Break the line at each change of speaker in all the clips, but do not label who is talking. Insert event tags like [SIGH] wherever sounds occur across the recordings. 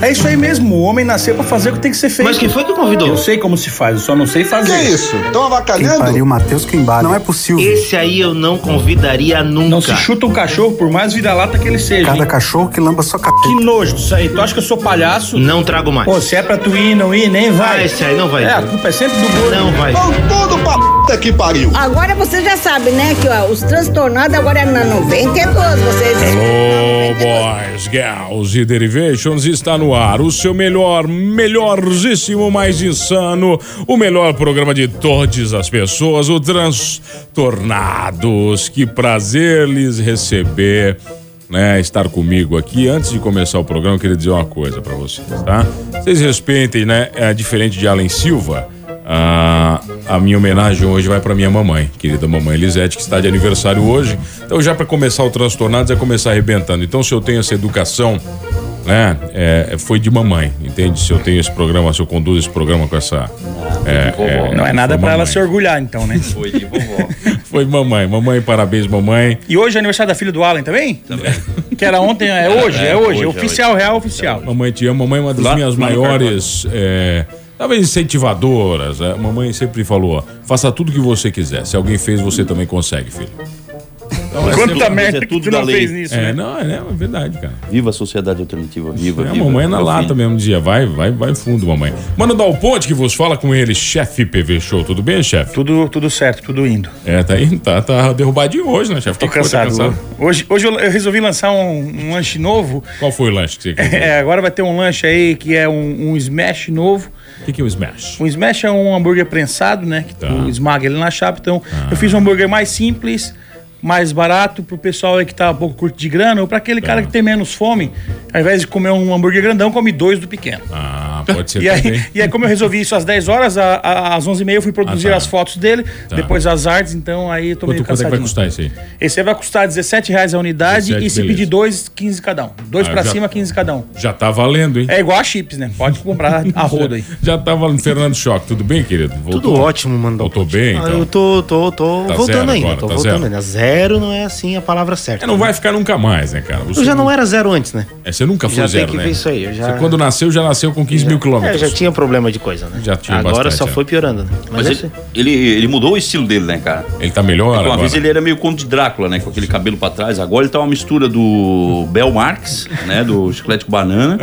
É isso aí mesmo, o homem nasceu pra fazer o que tem que ser feito.
Mas quem foi que convidou?
Eu sei como se faz, eu só não sei fazer.
Que é isso? Estão
Quem
avacalhando?
pariu, Matheus Quimbara. Não é possível.
Esse aí eu não convidaria nunca.
Não se chuta um cachorro, por mais vira-lata que ele seja.
Cada
hein?
cachorro que lamba sua cacete.
Que nojo disso aí. Tu acha que eu sou palhaço?
Não trago mais.
Pô, se é pra tu ir, não ir, nem vai.
Ah, esse aí não vai.
É, a culpa é sempre do gordo.
Não vai.
Estão tudo pra puta que pariu.
Agora você já sabe, né? Que ó, os transtornados agora é na 92, vocês.
É. Hello, boys, girls e derivations está no ar. O seu melhor, melhorzíssimo, mais insano, o melhor programa de todas as pessoas, o Transtornados. Que prazer lhes receber, né, estar comigo aqui. Antes de começar o programa, eu queria dizer uma coisa pra vocês, tá? Vocês respeitem, né, é diferente de Alan Silva, a, a minha homenagem hoje vai pra minha mamãe, querida mamãe Elisete, que está de aniversário hoje. Então, já pra começar o Transtornados, é começar arrebentando. Então, se eu tenho essa educação, né, é, foi de mamãe, entende? Se eu tenho esse programa, se eu conduzo esse programa com essa. é, é,
Não é nada
foi
pra ela
mamãe.
se orgulhar, então, né?
Foi mamãe. Mamãe, parabéns, mamãe.
E hoje é aniversário da filha do Alan também? Também. Que era ontem, é hoje, é, hoje. É oficial, real oficial.
Mamãe te ama. Mamãe é uma das
Lá-
minhas
lá no
maiores, é, talvez incentivadoras. né? Mamãe sempre falou: faça tudo que você quiser. Se alguém fez, você também consegue, filho.
Então, é
Quanta
sempre-
merda
é
que
tudo
tu
da
não
lei.
fez nisso,
É,
né?
não, é, é verdade, cara.
Viva a sociedade alternativa, viva,
É, a
viva.
mamãe na
Meu
lata
filho.
mesmo dia. Vai, vai, vai fundo, mamãe. Mano Dal Ponte que vos fala com ele, chefe PV Show. Tudo bem, chefe?
Tudo, tudo certo, tudo indo.
É, tá aí, tá, tá derrubadinho hoje, né, chefe?
Tô
Que coisa,
cansado. Hoje, hoje eu, eu resolvi lançar um, um lanche novo.
Qual foi o
[LAUGHS]
lanche que você quer?
É, agora vai ter um lanche aí que é um, um smash novo.
O que, que é o Smash?
Um smash é um hambúrguer prensado, né? Que
Tá. Ah.
tu esmaga ele na chapa. Então, eu fiz um hambúrguer mais simples, mais barato, pro pessoal aí que tá um pouco curto de grana, ou pra aquele
Tá.
cara que tem menos fome, ao invés de comer um hambúrguer grandão, come dois do pequeno.
[LAUGHS]
Ah, pode ser
E
também.
aí, e aí, como eu resolvi isso às 10 horas, a- a- às 11h30 eu fui produzir
Ah, tá.
as fotos dele,
Tá.
depois as artes, então aí eu tô
Quanto,
meio
quanto é que vai
cansadinho.
custar isso aí?
Esse aí vai custar R$17,00 a unidade
17,
e se
beleza.
pedir dois, 15 cada um. Dois
Ah,
pra
já-
cima, 15 cada um.
Já tá valendo, hein?
É igual a chips, né? Pode comprar a roda aí.
Já tá valendo. Fernando Choque, tudo bem, querido?
Tudo ótimo, mano.
Voltou bem,
Ah,
então?
Eu tô, tô, tô
Tá zero
voltando ainda.
agora,
tô
tá
voltando
zero.
ainda. Zero não é assim a palavra certa.
É, não vai ficar nunca mais, né, cara? Você
Eu já não era zero antes, né?
É, você nunca foi
Já tem
zero,
que
né?
ver isso aí, eu já-
Você quando nasceu, já nasceu com 15 mil
É,
quilômetros.
já tinha problema de coisa, né?
Já tinha
Agora
bastante,
só
é.
foi piorando, né? Mas,
Mas
é
ele,
isso
ele, ele mudou o estilo dele, né, cara?
Ele tá melhor
Porque uma
agora?
vez ele era meio conto de Drácula, né? Com aquele cabelo pra trás. Agora ele tá uma mistura do Bel Marx, né? Do Chiclete
[LAUGHS]
com Banana,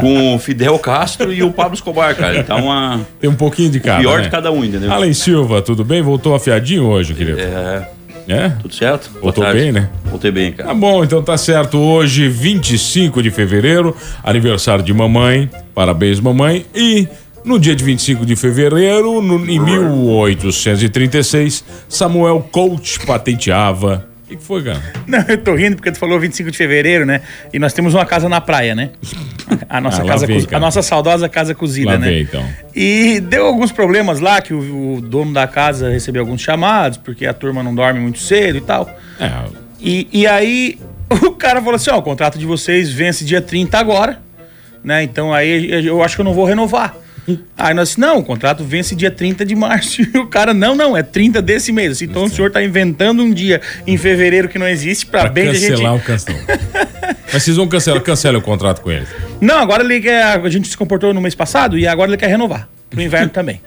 com o Fidel Castro e o Pablo Escobar, cara. Ele tá uma.
Tem um pouquinho de cada,
pior
né?
de cada um, entendeu?
Além Silva, tudo bem? Voltou afiadinho hoje, querido?
É,
É?
tudo certo? Boa
Voltou
tarde.
bem, né?
Voltei bem,
Tá
cara.
bom, então tá certo. Hoje, 25 de fevereiro, aniversário de mamãe. Parabéns, mamãe. E no dia de 25 de fevereiro, no- em 1836, Samuel Colt patenteava. O que, que foi, cara?
[LAUGHS] Não, eu tô rindo porque tu falou 25 de fevereiro, né? E nós temos uma casa na praia, né? A nossa,
Ah, lá
casa,
vem,
cozi-
cara.
a nossa saudosa casa cozida,
Lá
né?
vem, então.
E deu alguns problemas lá, que o, o dono da casa recebeu alguns chamados, porque a turma não dorme muito cedo e tal.
É,
E, e aí [LAUGHS] o cara falou assim: ó, o contrato de vocês vence dia 30 agora, né? Então aí eu acho que eu não vou renovar. Aí nós disse, não, o contrato vence dia 30 de março. [LAUGHS] E o cara, não, não, é 30 desse mês. Assim, Então o senhor tá inventando um dia em fevereiro que não existe
Tá
pra,
pra
bem da gente.
cancelar o canção. Mas vocês vão cancelar, cancela o contrato com ele.
Não, agora ele quer. A gente se comportou no mês passado e agora ele quer renovar. Pro inverno também.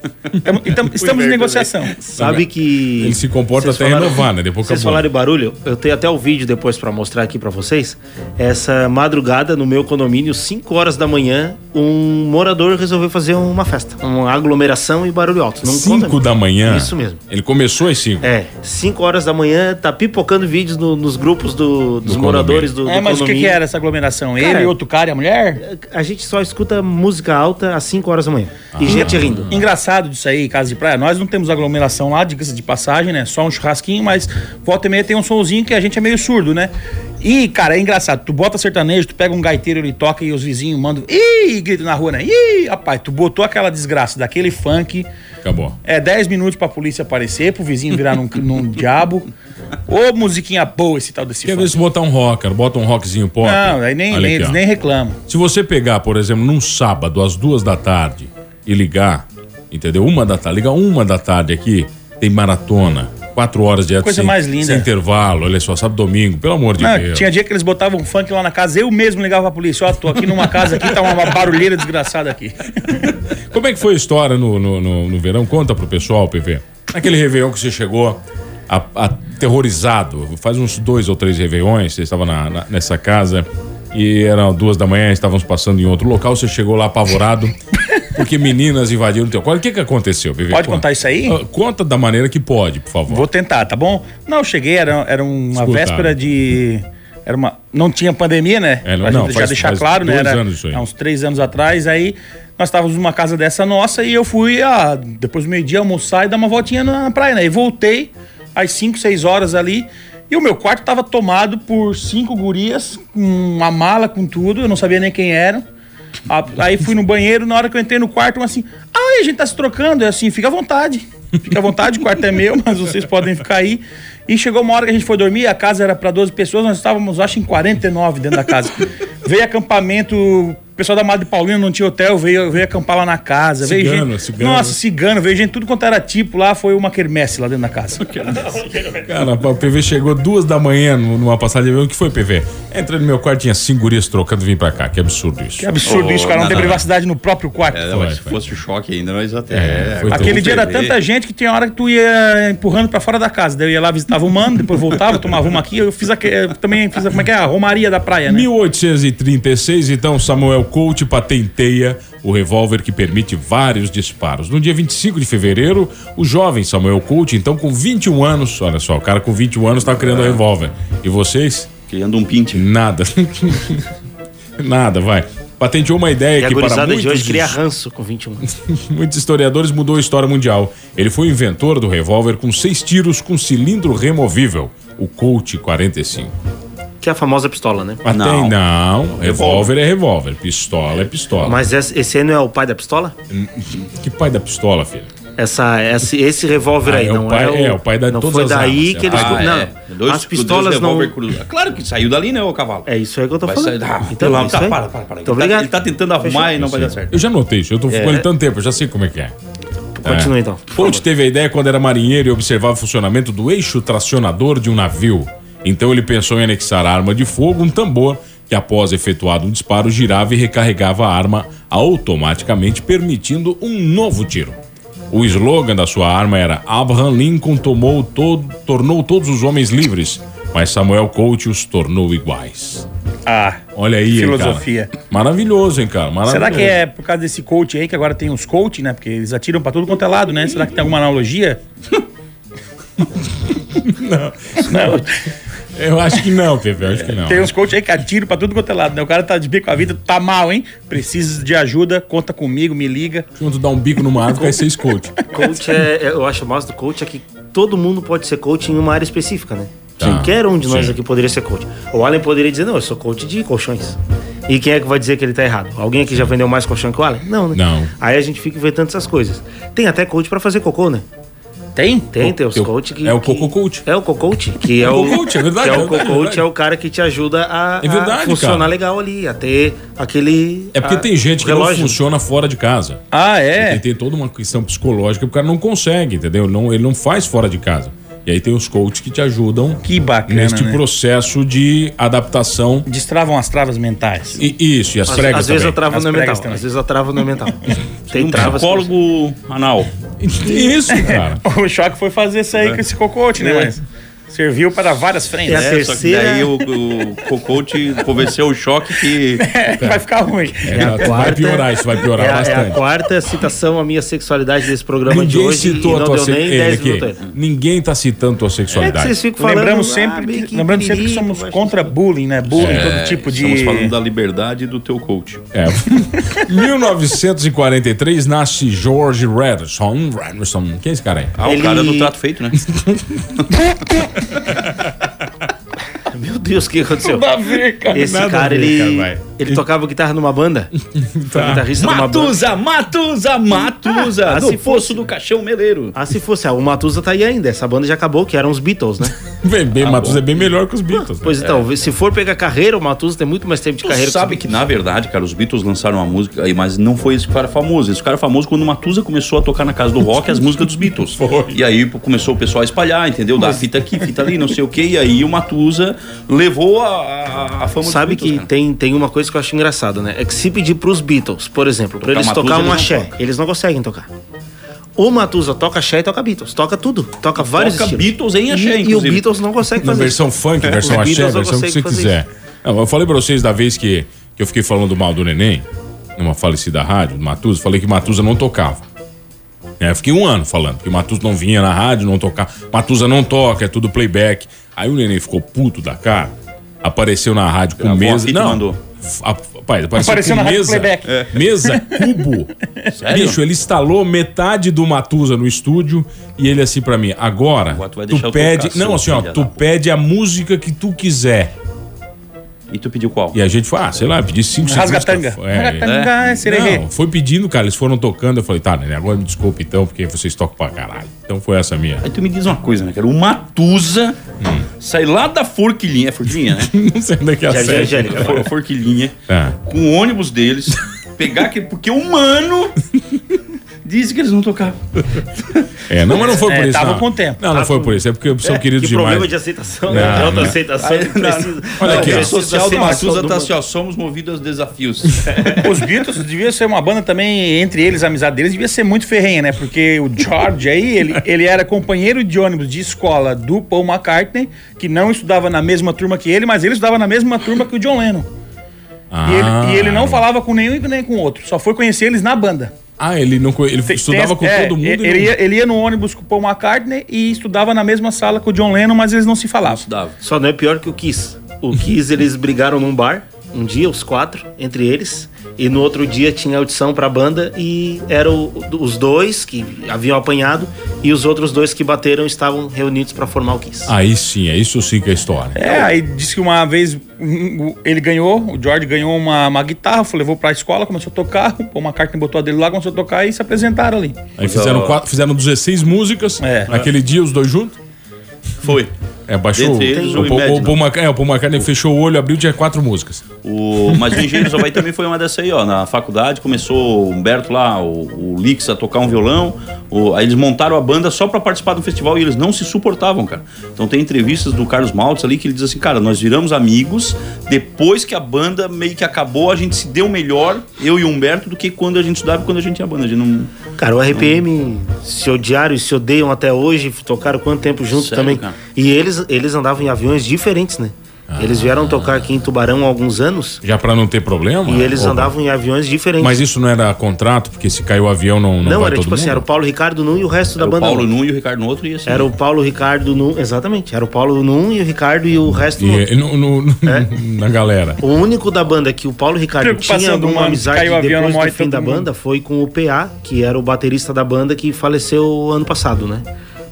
Tamo- e tamo- estamos em negociação.
Sabe que.
Ele se comporta
vocês
até renovar, né? Depois
vocês
acabou.
falaram de barulho, eu tenho até o vídeo depois pra mostrar aqui pra vocês. Essa madrugada no meu condomínio, 5 horas da manhã, um morador resolveu fazer uma festa. Uma aglomeração e barulho alto. Não conta-
5 da manhã.
Isso mesmo.
Ele começou às 5.
É, 5 horas da manhã, tá pipocando vídeos no- nos grupos do- dos
Do
moradores do, do
É, mas o que, que
condomínio.
era essa aglomeração?
Cara,
ele, outro cara e a mulher?
A gente só escuta música alta às 5 horas da manhã.
Ah.
E gente
Hum.
rindo.
Engraçado disso aí, casa de praia. Nós não temos aglomeração lá, diga-se de passagem, né? Só um churrasquinho, mas volta e meia tem um sonzinho que a gente é meio surdo, né? E, cara, é engraçado. Tu bota sertanejo, tu pega um gaiteiro, ele toca e os vizinhos mandam. Ih, grita na rua, né? Ih, rapaz, tu botou aquela desgraça daquele funk.
Acabou.
É 10 minutos pra polícia aparecer, pro vizinho virar num, num diabo. Ô, musiquinha boa esse tal desse
Quer
funk.
ver se botar um rocker, bota um rockzinho pop?
Não, aí nem,
Olha
nem-
aqui,
eles
ó.
nem reclamam.
Se você pegar, por exemplo, num sábado, às duas da tarde, e ligar, entendeu? Uma da tarde, ligar uma da tarde aqui, tem maratona, quatro horas de
Coisa mais linda.
Sem intervalo, olha só, sábado, domingo, pelo amor de
Não,
Deus.
tinha dia que eles botavam um funk lá na casa, eu mesmo ligava pra polícia. Ó, tô aqui numa casa aqui, tá uma barulheira desgraçada aqui.
Como é que foi a história no, no, no, no verão? Conta pro pessoal, PV. Aquele Réveillon que você chegou a- aterrorizado. Faz uns dois ou três Réveillões, você estava na- na- nessa casa e eram duas da manhã, estávamos passando em outro local, você chegou lá [LAUGHS] apavorado porque meninas invadiram o teu quarto. O que que aconteceu, PV?
Pode contar isso aí?
Ah, Conta da maneira que pode, por favor.
Vou tentar, tá bom? Não, eu cheguei, era, era uma
Escutar.
véspera de. Era uma, não tinha pandemia, né?
É, não-
pra
não,
gente já
faz-
deixar
faz
claro, né?
dois
Era,
anos isso aí.
Há uns três anos atrás, aí nós estávamos numa casa dessa nossa e eu fui, ah, depois do meio-dia, almoçar e dar uma voltinha na praia, né? E voltei às 5, 6 horas ali. E o meu quarto tava tomado por cinco gurias, com uma mala, com tudo, eu não sabia nem quem eram. A- Aí fui no banheiro, na hora que eu entrei no quarto, um assim, ai, a gente tá se trocando. É assim, fica à vontade. Fica à vontade, o quarto é meu, mas vocês podem ficar aí. E chegou uma hora que a gente foi dormir, a casa era pra 12 pessoas, nós estávamos, acho, em 49 dentro da casa. veio acampamento, o pessoal da Madre Paulina não tinha hotel, veio, veio acampar lá na casa. veio
Cigano,
gente,
cigano.
Nossa, cigano, veio gente tudo quanto era tipo lá, foi uma quermesse lá dentro da casa.
Cara, o PV chegou duas da manhã numa passagem de avião. O que foi, PV? Entrei no meu quarto, tinha cinco gurias trocando e vim pra cá. Que absurdo isso.
Que absurdo
Ô,
isso, cara, não,
não,
ter
não.
privacidade no próprio quarto.
É, não, mas
Ah, Foi,
se
foi.
fosse o choque ainda, nós até.
É, foi
Aquele
Então,
dia era tanta gente que tinha hora que tu ia eh, empurrando pra fora da casa. Daí eu ia lá, visitava o mano, depois voltava, tomava uma aqui. Eu fiz aque- eu também fiz a, como é que é? A Romaria da praia, né?
1836, então Samuel Colt patenteia o revólver que permite vários disparos. No dia 25 de fevereiro, o jovem Samuel Colt, então com 21 anos, olha só, o cara com 21 anos estava criando o revólver. E vocês?
Criando um pinte.
Nada. [LAUGHS] Nada, vai. Patenteou uma ideia
E a
É que para
gurizada
muitos
de hoje cria ranço com 21 anos.
Muitos historiadores mudou a história mundial. Ele foi o inventor do revólver com seis tiros com cilindro removível, o Colt 45.
Que é a famosa pistola, né?
Mas
Não.
Ah, tem, não. Revólver é revólver, pistola é pistola.
Mas esse esse aí não é o pai da pistola?
Que pai da pistola, filho?
Essa, esse, esse revólver
Ah,
aí,
é o
não
pai-
é o...
é, o pai da-
Não
todas
foi
as
daí
armas,
que
é.
eles...
Ah,
não, as pistolas não...
cruzados. Claro que saiu dali, né, ô cavalo?
É isso aí que eu tô
Vai
falando.
sair da-
Então,
Pelo
é
amor-
isso aí.
tá, para, para, para.
Muito
Ele tá,
obrigado.
ele tá tentando arrumar e não vai dar certo.
Eu já notei isso, eu tô ficando
É.
ali tanto tempo, eu já sei como é que é.
Continua então.
Ponte teve a ideia quando era marinheiro e observava o funcionamento do eixo tracionador de um navio. Então ele pensou em anexar a arma de fogo, um tambor, que após efetuado um disparo girava e recarregava a arma automaticamente, permitindo um novo tiro. O slogan da sua arma era Abraham Lincoln tomou todo, tornou todos os homens livres, mas Samuel Colt os tornou iguais.
Ah.
Olha aí, hein, cara.
Filosofia.
Maravilhoso, hein, cara? Ah. Maravilhoso.
Será que é por causa desse coach aí, que agora tem uns coach, né? Porque eles atiram pra tudo quanto é lado, né? Será que tem alguma
[LAUGHS]
analogia? não.
Eu acho que não, Pepe, eu acho que não.
um
Tem uns coach aí que atiram pra tudo quanto é lado, né? O cara tá de bico com a vida, tá mal, hein? Precisa de ajuda, conta comigo, me liga.
Quando tu dá um bico numa árvore, vai ser escote.
Coach é, é- eu acho massa do coach é que todo mundo pode ser coach em uma área específica, né?
Tá.
Qualquer um de nós
Sim.
aqui poderia ser coach. O Allen poderia dizer, não, eu sou coach de colchões. E quem é que vai dizer que ele tá errado? Alguém aqui já vendeu mais colchão que o Allen? Não, né?
Não.
Aí a gente fica inventando essas coisas. Tem até coach pra fazer cocô, né?
Tem?
Tem, tem os
Teu-
coach que...
é o
que-
cocô coach.
É o cocote, que é,
o
o...
cocote, é verdade,
que
é
é o
verdade, é
cocote,
verdade.
é o cara que te ajuda a,
É verdade,
a funcionar
cara.
legal ali, a ter aquele...
É porque
a-
tem gente
o
que não funciona fora de casa.
Ah,
Tem,
é?
tem toda uma questão psicológica que o cara não consegue, entendeu? Ele não, ele não faz fora de casa. E aí tem os coaches que te ajudam
Que bacana,
neste
né?
processo de adaptação.
Destravam as travas mentais.
E isso, e as
Às,
pregas
às vezes eu
também.
travo
As
no
pregas
mental.
também.
Às vezes eu travo no
[LAUGHS]
mental. tem
um
travas.
psicólogo anal.
[LAUGHS] Isso, cara.
[LAUGHS] O choque foi fazer isso aí com esse cocote, né? Mas serviu para várias frentes.
É.
É, só que
terceira-
daí o, o Cocô te convenceu o choque
[LAUGHS]
que.
[LAUGHS] Vai ficar ruim.
É, vai
quarta-
piorar, isso vai piorar
É a, é a
bastante.
quarta citação à minha sexualidade desse programa de
Ninguém
hoje.
citou
e
a
não
tua
deu nem 10
sexualidade.
minutos.
Ninguém tá citando tua
É que
sexualidade.
vocês ficam falando.
Lembramos,
ah,
sempre,
bem
que, lembrando sempre que
perigo,
somos
mas-
contra bullying, né? Bullying,
É,
todo tipo de.
É, Estamos
[LAUGHS]
falando da liberdade do teu coach.
É. [LAUGHS] 1943 nasce George Redson. Redson. Quem é esse cara aí?
Ah,
Ele-
o cara do trato feito, né?
[LAUGHS] meu Deus, o que aconteceu?
Nada a ver, cara.
Esse
Nada a
cara,
ver,
ele,
cara, vai. Tá.
ele tocava guitarra numa
[LAUGHS]
banda. Foi guitarrista de uma banda.
Matusa, Matusa, Matusa,
Ah,
do
se
Poço
fosse.
do Caixão Meleiro.
Ah, se fosse, ah, o Matusa tá aí ainda. Essa banda já acabou, que eram os Beatles,
[LAUGHS]
né?
Bem, bem, Matos é bem melhor que os Beatles. né?
Pois então, se for pegar carreira, o Matusa tem muito mais tempo de
É. Tu
carreira
sabe
os
que, é na verdade, cara, os Beatles lançaram uma música, aí, mas não foi esse cara famoso. Esse cara famoso quando o Matusa começou a tocar na casa do rock as músicas dos Beatles.
Foi.
E aí pô, começou o pessoal a espalhar, entendeu? Dá fita aqui, fita ali, não sei o quê. E aí o Matusa levou a, a, a fama
Sabe
dos Beatles,
que
cara.
tem, tem uma coisa que eu acho engraçada, né? É que se pedir pros Beatles, por exemplo, pra
Tocar
eles
Matusa,
tocarem um
eles não
axé,
tocam.
eles não conseguem tocar. O Matusa toca axé e toca Beatles. Toca tudo. Toca vários
Toca
estilos.
Beatles em
e,
axé,
e o
inclusive.
Beatles não consegue
Na
fazer
versão funk, versão
Os
axé,
Beatles não
versão que
conseguem
você
fazer
quiser. Não, eu falei pra vocês da vez que, que eu fiquei falando mal do neném, numa falecida rádio, do Matusa, falei que Matusa não tocava. É, eu fiquei um ano falando que o Matusa não vinha na rádio, não tocava. Matusa não toca, é tudo playback. Aí o neném ficou puto da cara, apareceu na rádio com
Gravou a
mesa.
fita e
Não,
mandou.
a- rapaz, apareceu,
Apareceu
com
na rádio
mesa,
playback. [LAUGHS]
mesa, cubo.
Sério?
Bicho, ele instalou metade do Matusa no estúdio e ele assim pra mim, agora
Agora tu vai deixar
tu
eu
pede,
tocar,
não,
seu
assim, ó,
filho
tu
da puta.
pede a música que tu quiser.
E tu pediu qual?
E a gente foi, ah, sei lá, pedi cinco
Rasgatanga.
músicas. É,
Rasgatanga, é. sererê.
não, foi pedindo, cara, eles foram tocando, eu falei, tá, né, agora me desculpa então, porque vocês tocam pra caralho. Então foi essa a minha. [LAUGHS]
Aí tu me diz uma coisa, né, cara? O Matusa sai lá da forquilhinha. É forquilhinha, né?
Não sei onde é que é a
Já vi a
série.
Angélica.
For- forquilhinha.
É.
Com o ônibus deles. Pegar aquele. Porque o mano. Disse que eles não tocavam.
É, não, mas não foi por
É,
isso.
tava
não.
com o tempo.
Não, não foi por isso, é porque são queridos
Que problema
demais.
de aceitação,
Não,
né? De
não.
alta aceitação.
Aí, tá.
que precisa-
Olha
Não,
aqui,
a
ó.
rede social do
aceitação
Matusa
do
tá
mundo.
assim, ó. Somos movidos aos desafios. [LAUGHS]
Os Beatles devia ser uma banda também, entre eles, a amizade deles devia ser muito ferrenha, né? Porque o George aí, ele, ele era companheiro de ônibus de escola do Paul McCartney, que não estudava na mesma turma que ele, mas ele estudava na mesma turma que o John Lennon.
Ah,
E ele, e ele não falava com nenhum e nem com outro, só foi conhecer eles na banda.
Ah, ele, não, co- ele
Tem-
estudava
tem-
com
é,
todo mundo. e
Ele
não-
ia, ele ia no ônibus com o Paul McCartney e estudava na mesma sala com o John Lennon, mas eles não se falavam.
Estudava.
Só não é pior que o Kiss. O Kiss, eles brigaram num bar, um dia, os quatro, entre eles. E no outro dia tinha audição pra banda e eram os dois que haviam apanhado e os outros dois que bateram estavam reunidos pra formar o Kiss.
Ah.
Aí sim, é isso sim que é história.
É, aí disse que uma vez um, o- ele ganhou, o George ganhou uma, uma guitarra, foi- levou pra escola, começou a tocar, o Paul McCartney botou a dele lá, começou a tocar e se apresentaram ali.
Aí fizeram, quatro, fizeram 16 músicas.
É.
Naquele dia, os dois juntos.
Foi.
É, baixou.
Dentre eles,
o,
o
Paul-
Imagine.
o Paul Maca- é, o Paul McCartney fechou o olho, abriu, tinha quatro músicas.
O, mas o Engenheiro Havaí também foi uma dessa aí, ó. Na faculdade começou o Humberto lá, o, o Lix a tocar um violão. o- aí eles montaram a banda só pra participar do festival e eles não se suportavam, cara. Então tem entrevistas do Carlos Maltes ali que ele diz assim, cara, nós viramos amigos depois que a banda meio que acabou, a gente se deu melhor, eu e o Humberto, do que quando a gente estudava e quando a gente tinha banda. A gente não...
Cara, o RPM se odiaram e se odeiam até hoje, tocaram quanto tempo juntos
Sério,
também.
cara? Ah.
E eles, eles andavam em aviões diferentes, né? Eles vieram tocar aqui em Tubarão há alguns anos
Já pra não ter problema.
é
e eles
ou-
andavam em aviões diferentes.
Mas isso não era contrato, porque se caiu o avião não Não,
não,
vai
era
todo
tipo assim,
mundo?
era o Paulo Ricardo num e o resto
Era
da
o
banda.
Paulo
não.
num e o Ricardo no outro e assim.
Era o Paulo Ricardo no. Exatamente. Era o Paulo num e o Ricardo e o resto no outro.
E- é- no- no- no- Na galera.
O único da banda que o Paulo Ricardo
Preocupação
tinha
do
alguma
mano,
amizade
caiu o avião,
depois
morre
do fim
todo
da
mundo.
banda foi com o PA, que era o baterista da banda que faleceu ano passado, né?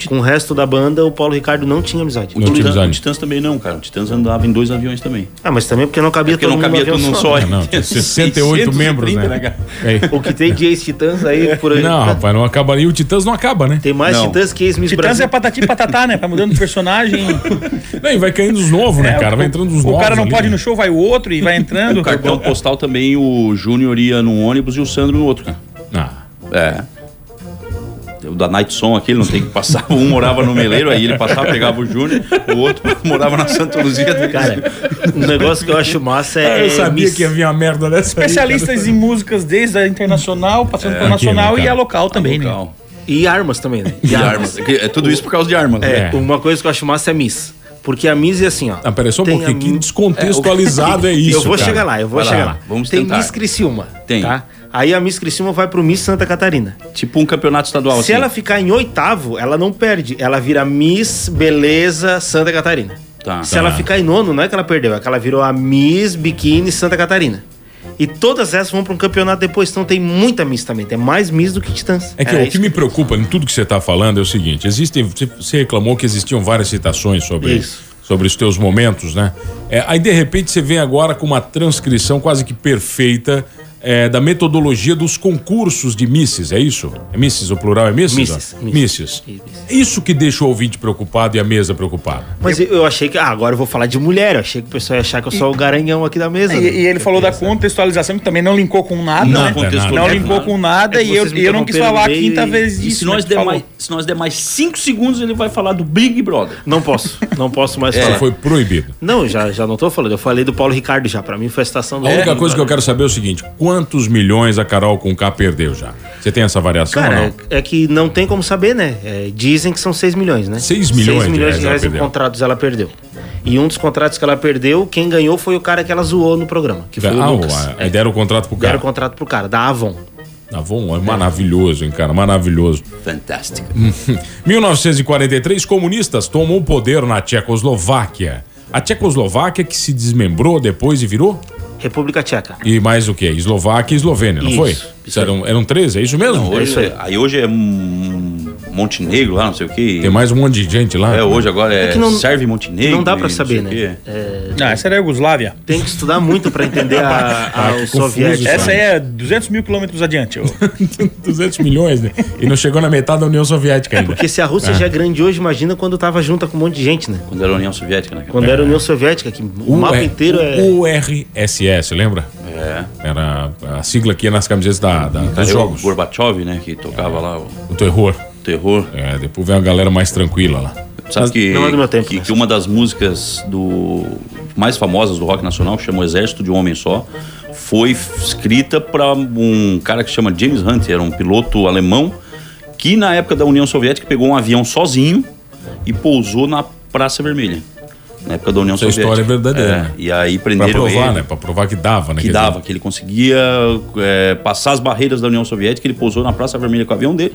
Com o resto da banda, o Paulo Ricardo não tinha amizade.
O
Não tinha
Titãs,
amizade.
o Titãs também não, cara. O Titãs andava em dois aviões também.
Ah, mas também porque não cabia
É Porque
todo
não
mundo
cabia
no avião
todo mundo
só. né?
só.
É, Não,
[LAUGHS]
tinha 68 membros, né?
cara?
É.
O que tem de ex-titãs aí por aí. né?
Não, rapaz, não acaba. E o Titãs não acaba, né?
Tem mais
Não.
titãs que ex-Miss
Titãs
Brasil.
é patati e patatá, né? Vai mudando de
[LAUGHS]
personagem.
Não, e vai caindo os novos, né, cara? Vai entrando os
É, o
novos.
cara não
ali,
pode ir
né?
no show, vai o outro e vai
[LAUGHS]
entrando.
No É, cartão postal também o Júnior ia num ônibus e o Sandro no outro, cara.
Ah,
É. O da Night Som aqui, ele não tem que passar. [LAUGHS] Um morava no Meleiro, aí ele passava, pegava o Júnior, o outro [LAUGHS] morava na Santa Luzia.
Cara, um negócio que eu acho massa é.
Ah, eu sabia
Miss-
que ia vir uma merda dessa. aí, cara.
Especialistas em músicas desde a internacional, passando pela
aqui, né,
nacional e
cara?
a local também, né?
Local.
E armas também, né?
E armas. É que- É tudo isso por causa de armas. né?
É,
É.
uma coisa que eu acho massa é a Miss. Porque a Miss é assim, ó.
Ah, peraí, só um
Tem
pouquinho.
a-
Que descontextualizado é, isso,
eu vou
cara?
chegar lá, eu vou
Vai lá,
chegar lá.
vamos
Tem
tentar.
Miss Criciúma.
Tem.
Tá? Aí a Miss Criciúma vai pro Miss Santa Catarina.
Tipo um campeonato estadual.
É. Se
assim.
ela ficar em oitavo, ela não perde. Ela vira Miss Beleza Santa Catarina.
Tá.
Se
Tá.
ela ficar em nono, não é que ela perdeu, é que ela virou a Miss Biquíni Santa Catarina. E todas essas vão pra um campeonato depois, então tem muita Miss também. Tem mais Miss do que Titãs.
É
Era
que o que tá
isso
me preocupa em tudo que você está falando é o seguinte: existem. Você reclamou que existiam várias citações sobre
Isso.
sobre os teus momentos, né? É, aí, de repente, você vem agora com uma transcrição quase que perfeita é, da metodologia dos concursos de Misses, é isso? É Misses, o plural é Misses?
Misses,
ó? Misses.
misses.
Isso que deixa o ouvinte preocupado e a mesa preocupada.
Mas eu, eu achei que. Ah, agora eu vou falar de mulher. Eu achei que o pessoal ia achar que eu sou o garanhão aqui da mesa.
É, E,
né?
e ele falou da contextualização, que também não linkou com nada,
Nada,
né?
nada.
Não linkou com nada
É que
e eu,
vocês me
e eu não quis falar
interromperam
a
no meio
quinta
e-
vez disso.
E se nós,
né, que
der
falou.
mais, se nós der mais 5 segundos, ele vai falar do Big Brother.
Não posso. Não posso mais
Ela
falar.
É. foi proibida.
Não, já, já não tô falando. Eu falei do Paulo Ricardo já. Pra mim foi a estação do.
A única coisa que eu quero saber é o seguinte: quantos milhões a Carol com K perdeu já? Você tem essa variação ou
Cara,
não?
é que não tem como saber, né? É, dizem que são 6 milhões, né?
Seis milhões de
6 milhões
reais
de
ela
reais em
perdeu.
contratos ela perdeu. E um dos contratos que ela perdeu, quem ganhou foi o cara que ela zoou no programa, que foi
ah,
o Lucas. É,
aí deram o contrato pro cara.
Deram o contrato pro cara, da Avon.
Ah, bom, é maravilhoso, hein, cara? Maravilhoso.
Fantástico.
1943, comunistas tomam o poder na Tchecoslováquia. A Tchecoslováquia que se desmembrou depois e virou?
República Tcheca.
E mais o quê? Eslováquia e Eslovênia, não
Isso,
foi?
isso
Isso eram, eram 13, é isso mesmo?
Hoje,
isso aí.
aí hoje é hum, Montenegro lá, não sei o quê.
Tem mais um monte de gente lá.
É, hoje agora é,
que não-
serve Montenegro.
não dá pra
e
saber,
sei o quê.
né? É,
Não, essa era a Iugoslávia.
tem que estudar muito pra entender
[LAUGHS]
a, a, né?
Ah, que
o
confuso
soviético.
isso né?
Essa aí é 200 mil quilômetros adiante. ô.
200 milhões, né? E não chegou na metade da União Soviética ainda.
Porque se a Rússia já é grande hoje, imagina quando tava junta com um monte de gente, né?
Quando era União Soviética, né? cara?
Quando era a União Soviética, que o mapa
U-
inteiro é...
URSS, lembra?
É.
Era a sigla que ia nas camisetas da, da- dos
Cara, eu,
jogos.
Gorbachev, né? Que tocava lá o
O terror.
terror.
É, depois vem a galera mais tranquila lá.
Sabe que,
não é do meu tempo,
que,
né?
que uma das músicas do mais famosas do rock nacional, que chama Exército de um Homem Só, foi f- escrita para um cara que chama James Hunt, era um piloto alemão, que na época da União Soviética pegou um avião sozinho e pousou na Praça Vermelha. Na época da União
Essa
Soviética.
história é verdadeira, né?
e aí
Pra
prenderam
provar,
ele.
né? Pra provar que dava, né?
que
Quer
dava,
dizer,
que ele conseguia é, passar as barreiras da União Soviética, ele pousou na Praça Vermelha com o avião dele.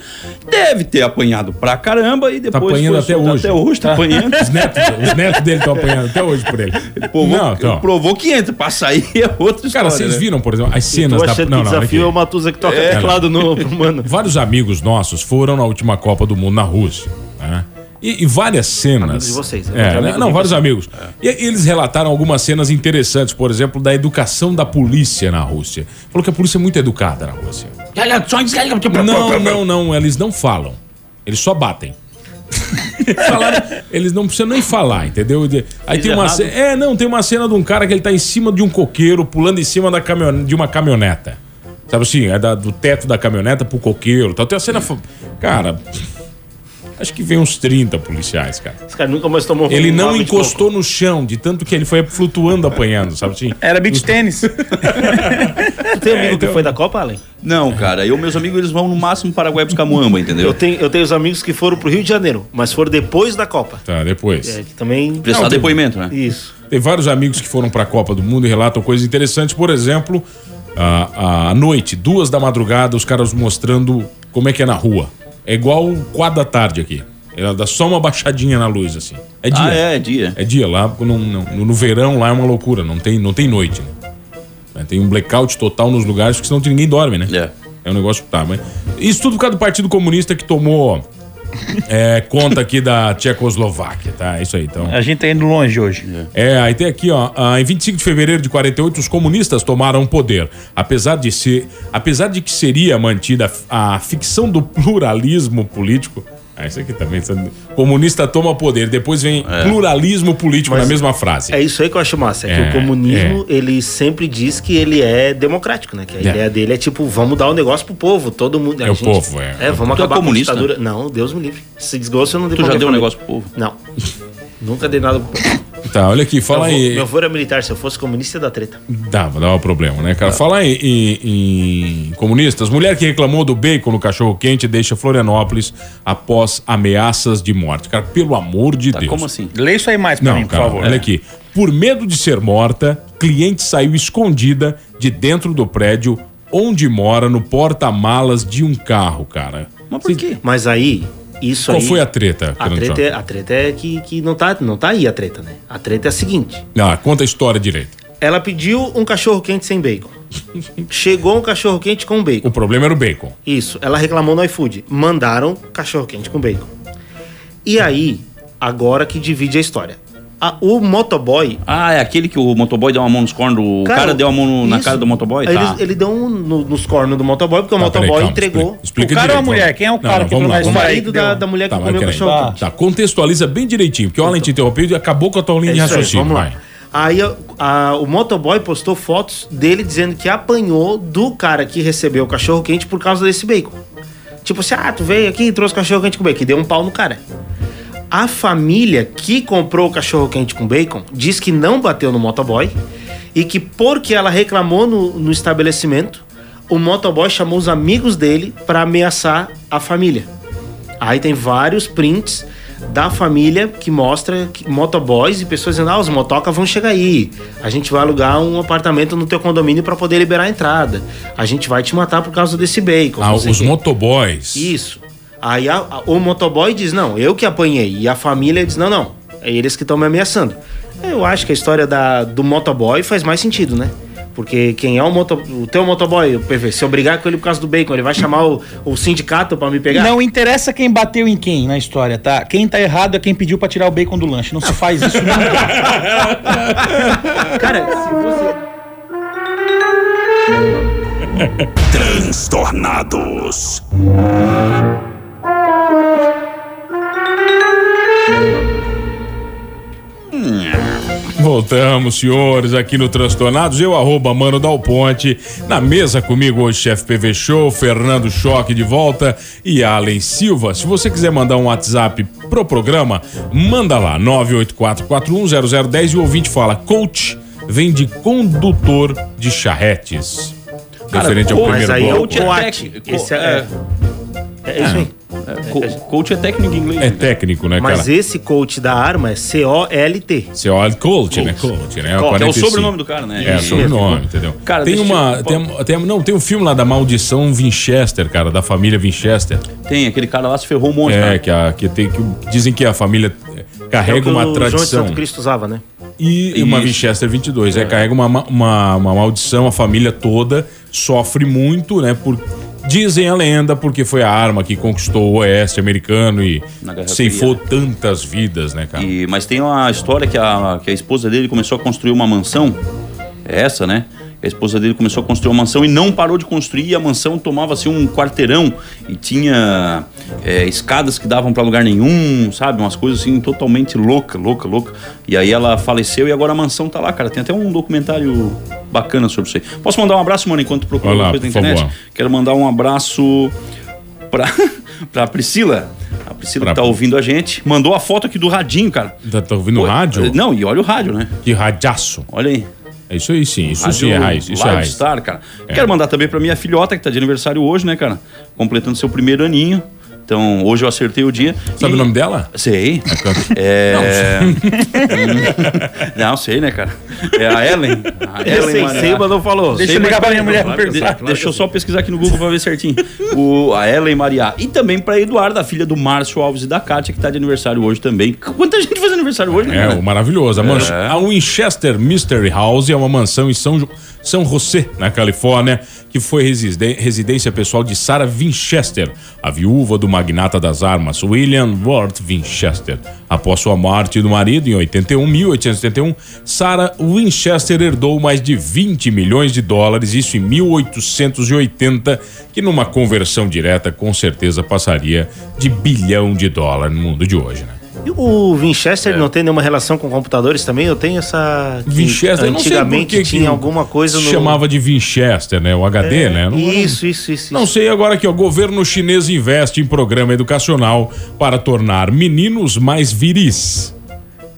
Deve ter apanhado pra caramba e depois.
Tá apanhando
foi
até
soltado
hoje. Ah,
Até hoje,
[LAUGHS]
tá apanhando.
Os netos, os netos dele estão apanhando até hoje por ele.
Provou,
não, então.
provou que entra, pra sair é outra história.
Cara, vocês
né?
viram, por exemplo, as cenas
Tô
da.
achando que o desafio é o Matusa que toca teclado novo, [LAUGHS] mano.
Vários amigos nossos foram na última Copa do Mundo na Rússia, né? E, e várias cenas.
Amigos de vocês, né?
É,
Amigos
né?
de
Não,
vocês.
vários amigos. E aí eles relataram algumas cenas interessantes, por exemplo, da educação da polícia na Rússia. Falou que a polícia é muito educada na Rússia. Não, não, não, eles não falam. Eles só batem. [LAUGHS] Falaram- eles não precisam nem falar, entendeu? De- Aí tem uma
errado.
cena. É, não, tem uma cena de um cara que ele tá em cima de um coqueiro, pulando em cima da caminhon- de uma caminhoneta. Sabe assim, é da- do teto da caminhoneta pro coqueiro e tal. Tem a cena. fa- Cara, acho que vem uns 30 policiais, cara.
Esse cara nunca mais tomou...
Ele
um
não
bala de coco.
encostou no chão, de tanto que ele foi flutuando apanhando, sabe assim?
Era beach tênis.
Tu tem
É,
amigo que
então.
foi da Copa, Allen?
Não, cara, eu e meus amigos eles vão no máximo Paraguai buscar muamba,
Eu
entendeu?
tenho, eu tenho os amigos que foram pro Rio de Janeiro, mas foram depois da Copa.
Tá, depois.
É, que também.
Prestar depoimento, né?
Isso.
Tem vários amigos que foram pra Copa do Mundo e relatam coisas interessantes. Por exemplo, à à noite, duas da madrugada, os caras mostrando como é que é na rua. É igual quatro da tarde aqui. Ela dá só uma baixadinha na luz, assim. É dia.
Ah, é, é dia.
É dia lá, no, no, no verão lá é uma loucura, não tem, não tem noite. Né? É, Tem um blackout total nos lugares, porque senão ninguém dorme, né?
É.
É um negócio que tá, mas. Isso tudo por causa do Partido Comunista que tomou é, conta aqui da Tchecoslováquia, tá? É isso aí, então.
A gente tá indo longe hoje.
É, aí tem aqui, ó. ah, Em 25 de fevereiro de 48, os comunistas tomaram o poder. Apesar de ser. Apesar de que seria mantida a ficção do pluralismo político. Ah, isso aqui também. isso- Comunista toma poder. Depois vem pluralismo político na mesma frase.
É isso aí que eu acho massa. É que
É,
o comunismo, ele sempre diz que ele é democrático, né? Que a ideia dele é tipo, vamos dar o negócio pro povo, todo mundo. a
É o povo, é.
É, vamos
Tu é
acabar com a
comunista?
ditadura. Não, Deus me livre. Se desgosto, eu não dei
Tu já
qualquer
deu um
família.
negócio pro povo?
Não. Nunca dei nada pro povo.
Tá, olha aqui, fala
meu, avô,
aí.
meu avô era militar, se eu fosse comunista, ia dar treta.
Dá, dá um problema, né,
É.
cara? Fala aí em, em comunistas. Mulher que reclamou do bacon no cachorro quente deixa Florianópolis após ameaças de morte. Cara, pelo amor de
Tá,
Deus.
como assim?
Lê isso aí mais pra
Não,
mim,
cara,
por favor.
olha
É.
aqui. Por medo de ser morta, cliente saiu escondida de dentro do prédio onde mora no porta-malas de um carro, cara.
Mas por quê?
Mas aí, isso
Qual
aí.
foi a treta?
A
Fernando
treta,
Jorge?
é, a treta é que, que não, tá, não tá aí a treta, né? A treta é a seguinte.
Não, Ah, conta a história direito.
Ela pediu um cachorro quente sem
[LAUGHS]
bacon. Chegou um cachorro quente com
O
bacon.
problema era o bacon.
Isso, ela reclamou no iFood. Mandaram cachorro quente com bacon. E aí, agora que divide a história. a- o motoboy.
Ah, é aquele que o motoboy deu uma mão nos cornos. O cara, deu a mão no- na
isso.
cara do motoboy?
Aí
Tá.
Ele, ele deu um no- nos cornos do motoboy, porque o
Tá, peraí,
motoboy
calma,
entregou.
explica- explica
O cara ou a
direito,
mulher?
vamos.
Quem é o cara que
vamos
não
lá,
vai
O
vamos lá.
sair?
marido da, da mulher que
Tá, mas
comeu o
peraí.
cachorro. Então.
Tá. Tá, contextualiza bem direitinho, porque o Alan te interrompeu e acabou com a tua linha de
É isso aí,
raciocínio.
vamos lá.
vai.
Aí a- a- o motoboy postou fotos dele dizendo que apanhou do cara que recebeu o cachorro quente por causa desse bacon. Tipo assim, ah, tu veio aqui e trouxe cachorro quente com bacon, que deu um pau no cara. A família que comprou o cachorro quente com bacon diz que não bateu no motoboy e que porque ela reclamou no, no estabelecimento, o motoboy chamou os amigos dele pra ameaçar a família. Aí tem vários prints da família que mostra que motoboys e pessoas dizendo: ah, os motoca vão chegar aí. A gente vai alugar um apartamento no teu condomínio pra poder liberar a entrada. A gente vai te matar por causa desse bacon.
Ah,
não sei
os
o quê."
motoboys.
Isso. Aí a- a- o motoboy diz: não, eu que apanhei. E a família diz: não, não, é eles que estão me ameaçando. Eu acho que a história da- do motoboy faz mais sentido, né? Porque quem é o, moto, o teu motoboy, o PV, se eu brigar com ele por causa do bacon, ele vai chamar o, o sindicato pra me pegar?
Não interessa quem bateu em quem na história, tá? Quem tá errado é quem pediu pra tirar o bacon do lanche. Não se faz isso nunca.
Cara, se você.
Transtornados.
Voltamos, senhores, aqui no Transtornados. Eu, arroba Mano Dal Ponte. Na mesa comigo hoje, chefe PV Show, Fernando Choque de volta e Allen Silva. Se você quiser mandar um WhatsApp pro programa, manda lá, 984410010 e o ouvinte fala, coach vem de condutor de charretes. Referente ao
coach,
mas
primeiro
aí
bloco.
Coach é
Coach.
técnico.
Esse é-
é,
É isso aí.
co- coach é técnico em inglês.
É técnico, né,
Mas
cara?
esse coach da arma é C-O-L-T.
Você olha, coach, né? Coach, né?
Coach, é o
45.
sobrenome do cara, né?
É,
Isso.
sobrenome, entendeu?
Cara,
tem
deixa eu-
uma. Tem, tem- não, tem um filme lá da Maldição Winchester, cara, da família Winchester.
Tem, aquele cara lá se ferrou um monte,
É,
cara.
que, a, que, tem, que dizem que a família eh,
É o que
carrega
o
uma
João de
tradição.
Santo Cristo usava, né?
E, e uma
Isso.
Winchester 22. É, carrega uma, ma- uma, uma maldição, a família toda sofre muito, né? Por, dizem a lenda, porque foi a arma que conquistou o oeste americano e
Na Guerra
ceifou tantas vidas, né, cara?
E- mas tem uma história que a, que a esposa dele começou a construir uma mansão. É essa, né? A esposa dele começou a construir uma mansão e não parou de construir. E a mansão tomava assim um quarteirão e tinha é, escadas que davam pra lugar nenhum, sabe? Umas coisas assim totalmente louca, louca, louca. E aí ela faleceu e agora a mansão tá lá, cara. Tem até um documentário bacana sobre isso aí. Posso mandar um abraço, mano, enquanto procura
Vai lá,
alguma coisa na
por
internet?
favor.
Quero mandar um abraço pra, [LAUGHS] pra Priscila. A Priscila
Pra-
que tá ouvindo a gente. Mandou a foto aqui do radinho, cara.
Tá, tá ouvindo
Pô, eh,
rádio?
Não, e olha o rádio, né?
Que radiaço.
Olha aí.
É isso aí sim, isso
Rádio
sim é raiz, isso é
Live
raiz.
Star, cara. Quero mandar também pra minha filhota, que tá de aniversário hoje, né, cara? Completando seu primeiro aninho. Então, hoje eu acertei o dia.
Sabe
E-
o nome dela?
Sei. É... [LAUGHS] Não, sei, né, cara? É
[LAUGHS]
a Ellen. A Ellen Maria-
não falou.
Deixa eu ligar pra minha mulher pra
De-
perguntar.
deixa eu só pesquisar aqui no Google pra ver certinho. O, a Ellen Maria. E também pra Eduarda, a filha do Márcio Alves e da Kátia, que tá de aniversário hoje também. Quanta gente faz aniversário hoje, né?
É,
cara?
o maravilhoso. A, mans- a Winchester Mystery House é uma mansão em São, Jo- São José, na Califórnia, que foi reside- residência pessoal de Sarah Winchester, a viúva do magnata das armas William Worth Winchester. Após sua morte do marido, em 81, 1871, Sarah Winchester herdou mais de 20 milhões de dólares, isso em 1880, que numa conversão direta com certeza passaria de bilhão de dólar no mundo de hoje, né?
E o Winchester
É.
não tem nenhuma relação com computadores também? Eu tenho essa. que
Winchester, eu não sei por
Antigamente
que que
tinha alguma coisa no. É,
Chamava de Winchester, né? O HD, né? Não,
Isso, isso, isso.
não
isso.
sei agora que o governo chinês investe em programa educacional para tornar meninos mais viris.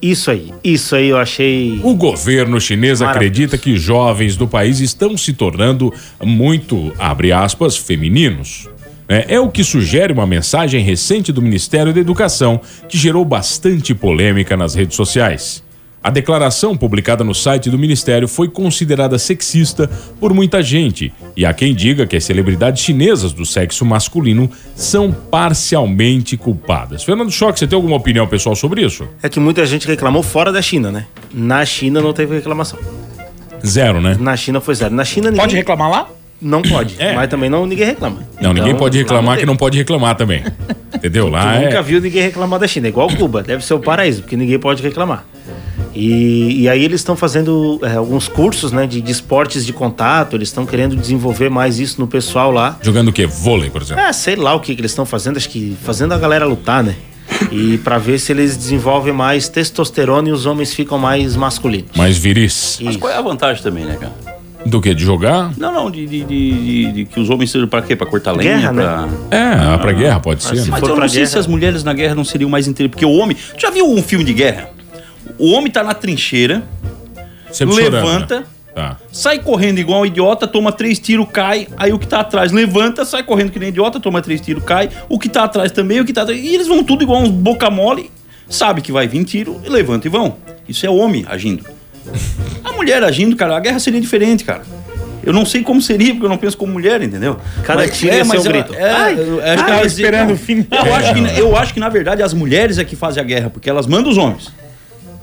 Isso aí. Isso aí eu achei.
O governo chinês
Maravilhoso.
acredita que jovens do país estão se tornando muito, abre aspas, femininos. né? É o que sugere uma mensagem recente do Ministério da Educação, que gerou bastante polêmica nas redes sociais. A declaração publicada no site do Ministério foi considerada sexista por muita gente, e há quem diga que as celebridades chinesas do sexo masculino são parcialmente culpadas. Fernando Choque, você tem alguma opinião pessoal sobre isso?
É que muita gente reclamou fora da China, né? Na China não teve reclamação.
Zero, né?
Na China foi zero. Na China ninguém.
Pode reclamar lá?
Não pode.
É.
Mas também não, ninguém reclama.
Não, ninguém
Então,
pode
lá
reclamar que
teve.
não pode reclamar também. Entendeu? Lá
Tu nunca [LAUGHS]
é...
viu ninguém reclamar da China, igual Cuba. Deve ser o paraíso, porque ninguém pode reclamar. E, e aí eles estão fazendo é, alguns cursos né, de, de esportes de contato, eles estão querendo desenvolver mais isso no pessoal lá.
Jogando o quê? Vôlei, por exemplo.
É, sei lá o que, que eles estão fazendo, acho que fazendo a galera lutar, né? E pra ver se eles desenvolvem mais testosterona e os homens ficam mais masculinos.
Mais viris.
Mas
Isso.
qual é a vantagem também, né, cara?
Do que? De jogar?
Não, não, de, de- de- de- de que os homens sejam pra quê? Pra cortar lenha?
Guerra, né?
pra...
É, pra guerra pode ser.
se
né?
Mas
for
eu
pra
não sei
guerra-
se as mulheres na guerra não seriam mais interessantes. Porque o homem. Tu já viu um filme de guerra? O homem tá na trincheira,
Sempre
levanta.
chorando, né? Tá.
sai correndo igual um idiota, toma três tiros, cai. Aí o que tá atrás levanta, sai correndo que nem idiota, toma três tiros, cai. O que tá atrás também, o que tá atrás. E eles vão tudo igual uns boca mole, sabe que vai vir tiro, e levanta e vão. Isso é o homem agindo. A mulher agindo, cara, a guerra seria diferente, cara. Eu não sei como seria, porque eu não penso como mulher, entendeu?
Cada tiro ia ser um
eu-
grito.
É, eu- eu acho que
ai,
ela-
esperando o fim.
Eu acho, que, eu acho que, na verdade, as mulheres é que fazem a guerra, porque elas mandam os homens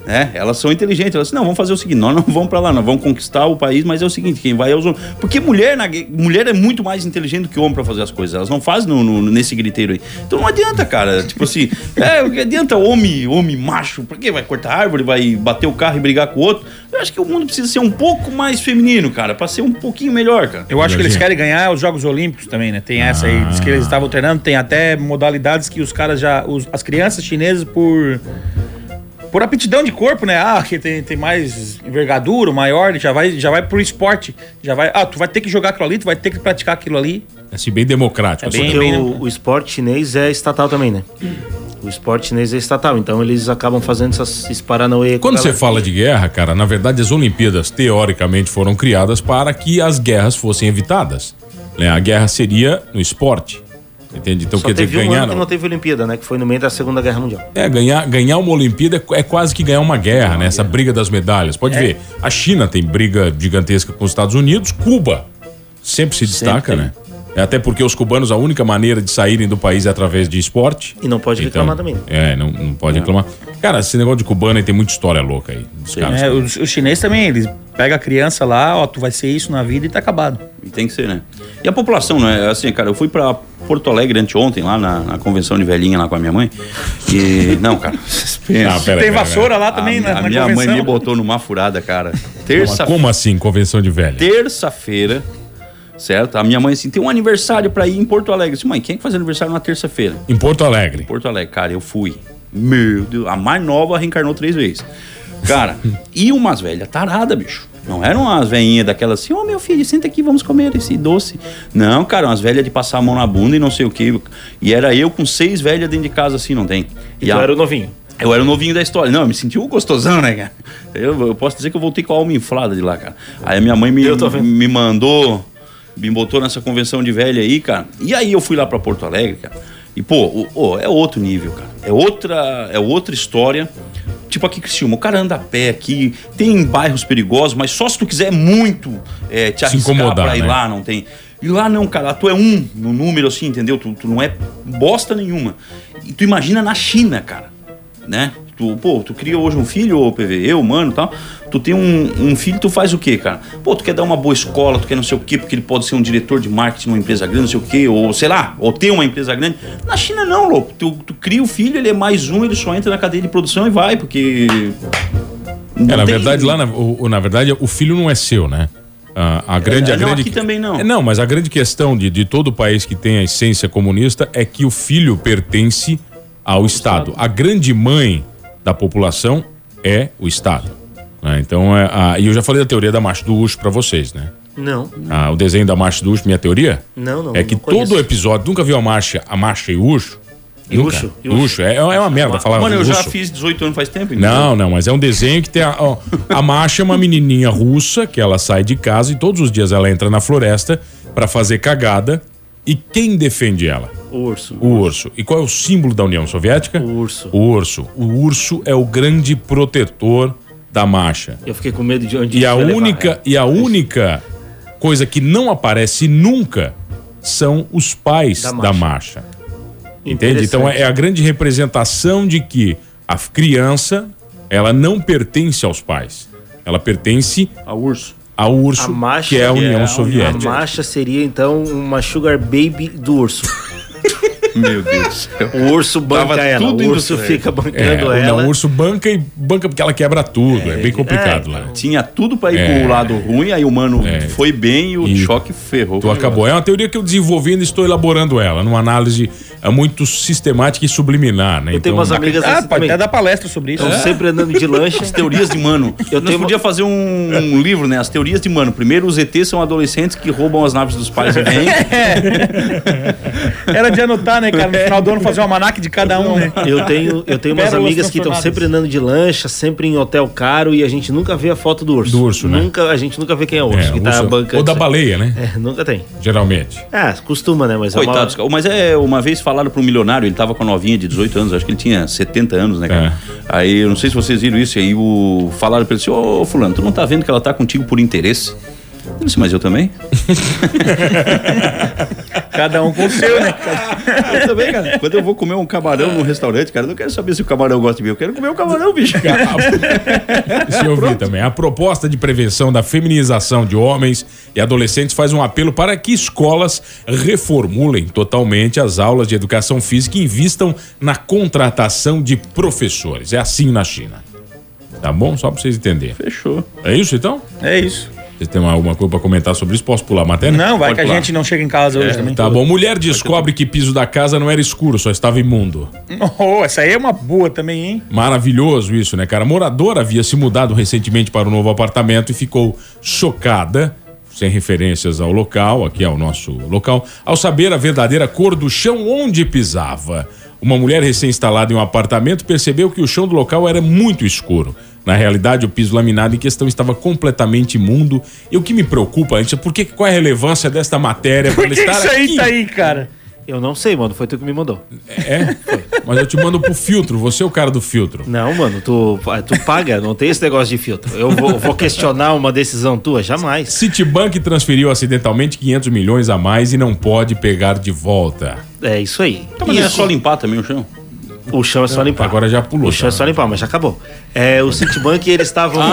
né? Elas são inteligentes. Elas dizem, não, vamos fazer o seguinte, nós não vamos pra lá, nós vamos conquistar o país, mas é o seguinte, quem vai é os homens. Porque mulher, na, gue- mulher é muito mais inteligente do que homem pra fazer as coisas. Elas não fazem no, no- nesse griteiro aí. Então não adianta, cara. Tipo assim, é, o que adianta homem, homem macho? Pra quê? Vai cortar árvore, vai bater o carro e brigar com o outro? Eu acho que o mundo precisa ser um pouco mais feminino, cara, pra ser um pouquinho melhor, cara.
Eu acho que eles
Imagina.
querem ganhar os Jogos Olímpicos também, né? Tem essa aí, diz que eles estavam treinando, tem até modalidades que os caras já. os- as crianças chinesas, por. Por aptidão de corpo, né? Ah, que tem, tem mais envergadura, maior, ele já vai, já vai pro esporte. Já vai. Ah, tu vai ter que jogar aquilo ali, tu vai ter que praticar aquilo ali.
É assim, bem democrático.
É
assim.
bem-
Porque o, o esporte chinês é estatal também, né? O esporte chinês é estatal, então eles acabam fazendo essas, esses paranauê. com
Quando você
galera.
fala de guerra, cara, na verdade as Olimpíadas teoricamente foram criadas para que as guerras fossem evitadas. né? A guerra seria no esporte. Entende? Então
Só
quer dizer,
teve um
ganhar.
ano que não teve Olimpíada, né? Que foi no meio da Segunda Guerra Mundial.
É, ganhar, ganhar uma Olimpíada é qu- é quase que ganhar uma guerra, né? Essa briga das medalhas.
É.
Pode ver, a China tem briga gigantesca com os Estados Unidos, Cuba sempre se destaca,
tem.
né? É Até porque os cubanos, a única maneira de saírem do país é através de esporte.
E não pode reclamar também.
É, não, não pode reclamar. Cara, esse negócio de cubano aí tem muita história louca aí. Dos caras.
né? Os, os chineses também, eles pegam a criança lá, ó, tu vai ser isso na vida e tá acabado.
E tem que ser, né? E a população, né? Assim, cara, eu fui pra Porto Alegre anteontem, lá na, na convenção de velhinha lá com a minha mãe.
[LAUGHS]
E. Não, cara, vocês pensam.
Ah, pera aí,
tem
pera aí,
vassoura lá
A-
também na,
é. a,
na
minha
convenção.
mãe me botou numa
[LAUGHS]
furada, cara.
Mas
Terça,
Como assim, convenção de velha?
terça-feira, certo? A minha mãe assim, tem um aniversário pra ir em Porto Alegre. Eu disse, mãe, quem é que faz aniversário na terça-feira?
Em Porto Alegre.
Porto Alegre, cara, eu fui. Meu Deus, a mais nova reencarnou três vezes. Cara, [LAUGHS] e umas velhas tarada, bicho. Não eram umas velhinhas daquelas assim, ô meu filho, senta aqui, vamos comer esse doce. Não, cara, umas velhas de passar a mão na bunda e não sei o quê. E era eu com seis velhas dentro de casa assim, não tem?
E tu
a-
era o novinho.
eu era o novinho da história. Não, eu me senti um gostosão, né, cara? Eu, eu posso dizer que eu voltei com a alma inflada de lá, cara. Aí a minha mãe me,
Eu tô vendo.
me mandou, me botou nessa convenção de velha aí, cara. E aí eu fui lá pra Porto Alegre, cara. E, pô, o- o- é outro nível, cara. É outra, é outra história. Tipo aqui, Cristiúma, o cara anda a pé aqui, tem bairros perigosos, mas só se tu quiser muito é, te arriscar
incomodar,
pra ir
né?
lá, Ah, não tem. E lá não, cara, lá tu é um no número, assim, entendeu? Tu, tu não é bosta nenhuma. E tu imagina na China, cara né? Tu, pô, tu cria hoje um filho, ô PV, eu, mano, tal. Tu tem um, um filho, tu faz o quê, cara? Pô, tu quer dar uma boa escola, tu quer não sei o quê, porque ele pode ser um diretor de marketing numa empresa grande, não sei o quê, ou sei lá, ou ter uma empresa grande. Na China não, louco. Tu, tu cria o filho, ele é mais um, ele só entra na cadeia de produção e vai, porque. não
É, na
tem-
verdade, lá na, o- o- na verdade, o filho não é seu, né? Ah, a grande, a
não,
grande
aqui também não.
É, Não, mas a grande questão de, de todo país que tem a essência comunista é que o filho pertence ao Estado. A grande mãe da população é o Estado. né? Então, é, a- e eu já falei da teoria da Marcha do Ucho pra vocês, né?
Não,
Ah, o desenho da Marcha do Ucho, minha teoria?
Não, não,
É que
não conheço.
todo episódio, nunca viu a Marcha, a Marcha e o Ucho?
E
Nunca?
Ucho, e Ucho.
Ucho, é, é uma merda falar
Mano, eu já
Ucho.
fiz 18 anos faz tempo. então.
Não, não, mas é um desenho que tem a, ó, a Masha é uma menininha russa que ela sai de casa e todos os dias ela entra na floresta pra fazer cagada e quem defende ela?
o urso.
O urso. E qual é o símbolo da União Soviética?
O urso.
O urso. O urso é o grande protetor da Masha.
Eu fiquei com medo de onde
E
isso
a
vai levar,
única
né?
e a única coisa que não aparece nunca são os pais
Da
da,
Masha.
marcha. Entende? Então
Interessante.
é a grande representação de que a criança ela não pertence aos pais. Ela pertence
A urso.
ao
A
urso
marcha
que é a União
A
Soviética.
marcha seria então uma sugar baby do urso.
Meu Deus do céu.
O urso banca
Tava
ela.
tudo
o
indo
urso
certo.
fica
É,
bancando
o,
ela.
não, o urso banca e banca porque ela quebra tudo. É, bem complicado lá.
Tinha tudo pra ir
É.
pro lado ruim, aí o mano
É.
foi bem e o
E
choque ferrou.
Tu acabou. É uma teoria que eu desenvolvi e ainda estou elaborando ela, numa análise é, muito sistemática e subliminar, né?
Eu tenho umas amigas
Ah,
assim
pode
também.
até dar palestra sobre isso. né?
Estão
É?
Então, [LAUGHS]
sempre andando de lancha.
As teorias de mano.
Eu
Nós
tenho uma-
podia fazer um, um livro, né? As teorias de mano. Primeiro, os ETs são adolescentes que roubam as naves dos pais
[LAUGHS]
e vêm.
é
Era de anotar, né, cara? No final do ano fazer um almanac de cada um, né?
Eu tenho, eu tenho umas
Pérolas
amigas que estão
transformadas.
sempre andando de lancha, sempre em hotel caro e a gente nunca vê a foto do urso.
Do urso, né?
nunca, A gente nunca vê quem é o
É,
urso que tá
urso-
bancando.
ou da
isso aí.
baleia, né?
É, nunca tem.
Geralmente.
Ah, costuma, né? Mas [LAUGHS]
Coitados,
é uma...
cara. mas é, uma vez falaram para um milionário, ele tava com a novinha de 18 anos, acho que ele tinha 70 anos, né, cara?
É.
Aí, eu não sei se vocês viram isso, aí o, falaram pra ele assim, ô fulano, tu não tá vendo que ela tá contigo por interesse? Ele disse, mas eu também.
Cada um com o seu, né?
Eu também, cara. Quando eu vou comer um camarão num restaurante, cara, eu não quero saber se o camarão gosta de mim, eu quero comer o camarão, bicho.
Isso eu vi também. A proposta de prevenção da feminização de homens e adolescentes faz um apelo para que escolas reformulem totalmente as aulas de educação física e invistam na contratação de professores. É assim na China. Tá bom? Só para vocês entenderem.
Fechou.
É isso então?
É isso.
Vocês têm alguma coisa para comentar sobre isso? Posso pular a matéria?
Não, vai
Pode
que a
pular.
gente não chega em casa hoje também.
Tá bom. Mulher descobre que piso da casa não era escuro, só estava imundo.
Oh, essa aí é uma boa também, hein?
Maravilhoso isso, né, cara? A moradora havia se mudado recentemente para um novo apartamento e ficou chocada, sem referências ao local, aqui ao nosso local, ao saber a verdadeira cor do chão onde pisava. Uma mulher recém-instalada em um apartamento percebeu que o chão do local era muito escuro. Na realidade, o piso laminado em questão estava completamente imundo. E o que me preocupa, antes, é por que, qual é a relevância desta matéria?
Por
ela
que que
estar
isso aí
aqui?
tá aí, cara?
Eu não sei, mano. Foi tu que me mandou.
É, mas eu te mando pro filtro, você é o cara do filtro.
Não, mano. Tu, ah, tu paga. Não tem esse negócio de filtro. Eu vou, vou questionar uma decisão tua? Jamais.
Citibank transferiu acidentalmente 500 milhões a mais e não pode pegar de volta.
É isso aí.
Tá, mas não é
Isso.
só limpar também o chão?
O chão é só limpar.
Agora já pulou,
O chão é
tá?
só limpar, mas já acabou. É, o Citibank, eles estavam...
[LAUGHS]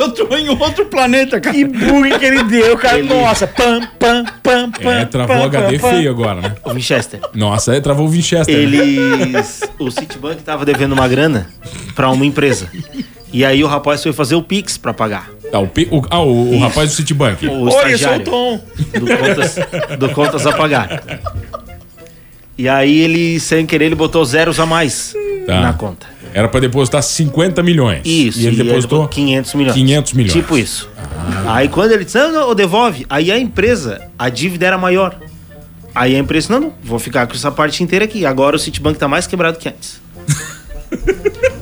eu tô em outro planeta, cara.
Que bug que ele deu, cara. Nossa, pam, pam, pam, pam.
É,
então,
travou
pam,
o
pam,
HD
pam.
feio agora, né?
O Winchester.
Nossa, é, travou o Winchester. né?
Eles. O Citibank tava devendo uma grana pra uma empresa. E aí o rapaz foi fazer o Pix pra pagar.
Tá, o, P- o- ah, o, o rapaz do Citibank.
O
Olha, só o
estagiário
tom.
do contas, do contas a pagar. E aí ele, sem querer, ele botou zeros a mais
Tá.
na conta.
Era pra depositar 50 milhões.
Isso.
E ele depositou
botou 500 milhões.
500 milhões. Ah.
Tipo isso. Aí quando ele disse, não, não, devolve. Aí a empresa, a dívida era maior. Aí a empresa, não, não, vou ficar com essa parte inteira aqui. Agora o Citibank tá mais quebrado que antes.
[LAUGHS]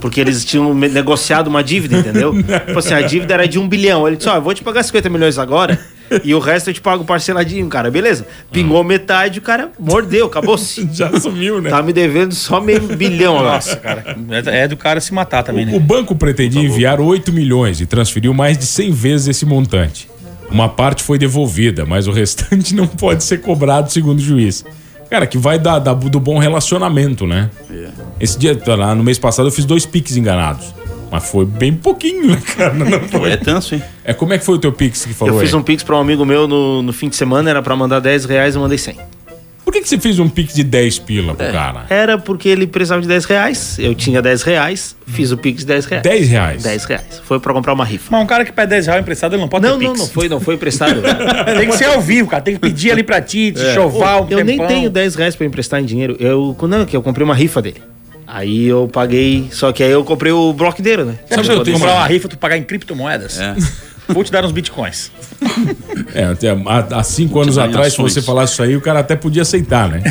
Porque eles tinham me- negociado uma dívida,
[LAUGHS]
entendeu? Tipo assim, a dívida era de um bilhão. Ele disse, ó, eu vou te pagar 50 milhões
[LAUGHS]
agora e o resto eu te pago parceladinho, cara. Beleza. Pingou
Ah.
metade, o cara mordeu,
[LAUGHS]
acabou-se.
Já sumiu, né?
Tá me devendo só meio bilhão agora.
Nossa, cara. É é do cara se matar também,
O
né?
banco
Tá
pretendia enviar 8 milhões e transferiu mais de 100 vezes esse montante. Uma parte foi devolvida, mas o restante [LAUGHS] não pode ser cobrado, segundo o juiz. Cara, que vai da, da- do bom relacionamento, né?
É.
Esse dia, tá lá, no mês passado, eu fiz dois piques enganados. Mas foi bem pouquinho, né, cara? Não
É
foi.
tanso, hein?
É, como é que foi o teu pix que falou
Eu fiz
aí?
um pix pra um amigo meu no, no fim de semana, era pra mandar 10 reais, eu mandei 100.
Por que, que você fez um pix de 10 pila
É.
pro cara?
Era porque ele precisava de 10 reais, eu tinha 10 reais, fiz o pix de 10 reais.
10 reais?
10 reais. Foi pra comprar uma rifa.
Mas um cara que pede 10 reais emprestado, ele não pode
Não,
ter
não,
pix. É.
não foi, não foi
[LAUGHS]
emprestado.
Tem que ser ao vivo, cara. Tem que pedir ali pra ti, te choval, um
É. eu nem
tempão.
tenho 10 reais pra emprestar em dinheiro. Eu, não, que eu comprei uma rifa dele. Aí eu paguei, só que aí eu comprei o bloco inteiro, né?
Sabe que
Sabe
eu
que eu
tenho
tenho
comprar
uma-
uma rifa, tu pagar em criptomoedas?
É.
[LAUGHS] Vou te dar uns bitcoins.
É, até há, há cinco anos
Tipo
atrás, se
variações.
você falasse isso aí, o cara até podia aceitar,
[LAUGHS]
né?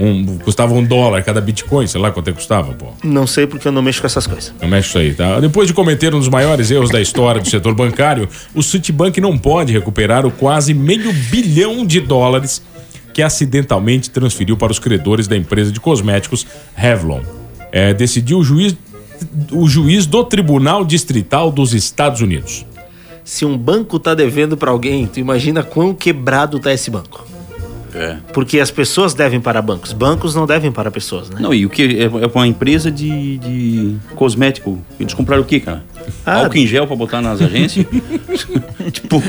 Um- custava um dólar cada Bitcoin, sei lá quanto é que custava, pô.
Não sei porque eu não mexo com essas coisas.
Eu mexo isso aí, tá? Depois de cometer um dos maiores erros da história do setor bancário, o Citibank não pode recuperar o quase meio bilhão de dólares que acidentalmente transferiu para os credores da empresa de cosméticos Revlon. É, decidiu o juiz, o juiz do Tribunal Distrital dos Estados Unidos.
Se um banco tá devendo pra alguém, tu imagina quão quebrado tá esse banco.
É.
Porque as pessoas devem para bancos. Bancos não devem para pessoas, né?
Não, e o que? É é uma empresa de, de cosmético. Eles compraram o que, cara?
Ah.
Álcool em gel pra botar nas agências? tipo,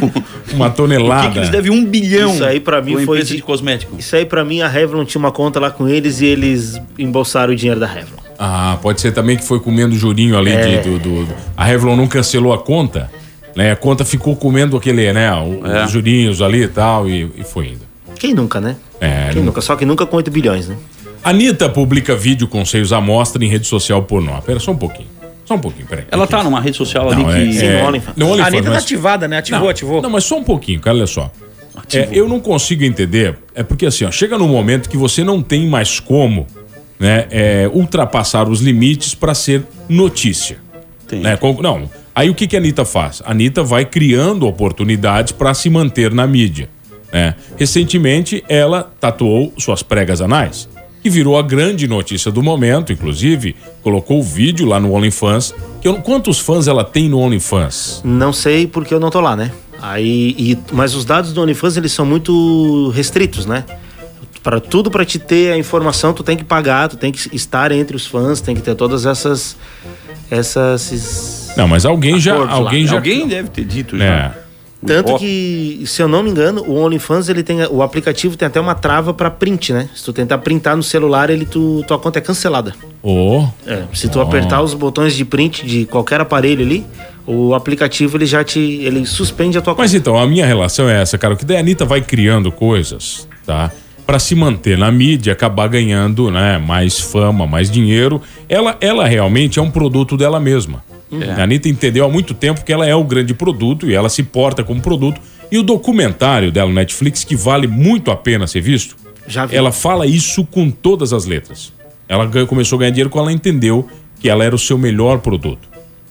Uma
o que,
tonelada.
que eles devem um bilhão?
Isso aí pra mim
uma
foi
empresa
de-
de, cosmético.
Isso aí, pra mim, a Revlon tinha uma conta lá com eles e eles embolsaram o dinheiro da Revlon.
Ah, pode ser também que foi comendo jurinho ali
É.
de, do, do- do- A Revlon não cancelou a conta, né? A conta ficou comendo aquele, né? o-
É.
Os jurinhos ali e tal, e, e foi indo.
Quem nunca, né?
É,
Quem nunca? Só que nunca com 8 bilhões, né?
Anitta publica vídeo com seios à mostra em rede social pornô. Pera só um pouquinho. Só um pouquinho, peraí.
Ela tá numa rede
Não,
social
é,
ali que. um
Sim,
é,
no OnlyFans.
no
A
OnlyFans,
Anitta tá
mas-
ativada, né? Ativou,
não,
ativou.
Não, mas só um pouquinho, cara, olha só. É, eu não consigo entender, é porque assim, ó, chega num momento que você não tem mais como né, é, ultrapassar os limites para ser notícia.
Tem.
Né, com- não. Aí o que, que a Anitta faz? A Anitta vai criando oportunidades para se manter na mídia. né? Recentemente, ela tatuou suas pregas anais, que virou a grande notícia do momento, inclusive, colocou o vídeo lá no OnlyFans. Que eu, quantos fãs ela tem no OnlyFans?
Não sei porque eu não tô lá, né? Aí, e- mas os dados do OnlyFans, eles são muito restritos, né? Para tudo para te ter a informação, tu tem que pagar, tu tem que estar entre os fãs, tem que ter todas essas essas esses-
Não, mas alguém já,
Acordos lá.
alguém já.
Alguém deve ter dito
É.
já.
tanto
Ó,
que, se eu não me engano, o OnlyFans ele tem o aplicativo tem até uma trava para print, né? Se tu tentar printar no celular, ele tu tua conta é cancelada.
Oh,
É, se tu apertar os botões de print de qualquer aparelho ali, o aplicativo ele já te ele suspende a tua
Mas então, a minha relação é essa, cara. O que daí a Anitta vai criando coisas, tá? Pra se manter na mídia, acabar ganhando né, mais fama, mais dinheiro. Ela, ela realmente é um produto dela mesma. A Anitta entendeu há muito tempo que ela é o grande produto e ela se porta como produto. E o documentário dela no Netflix, que vale muito a pena ser visto,
Já vi.
ela fala isso com todas as letras. Ela ganha- começou a ganhar dinheiro quando ela entendeu que ela era o seu melhor produto.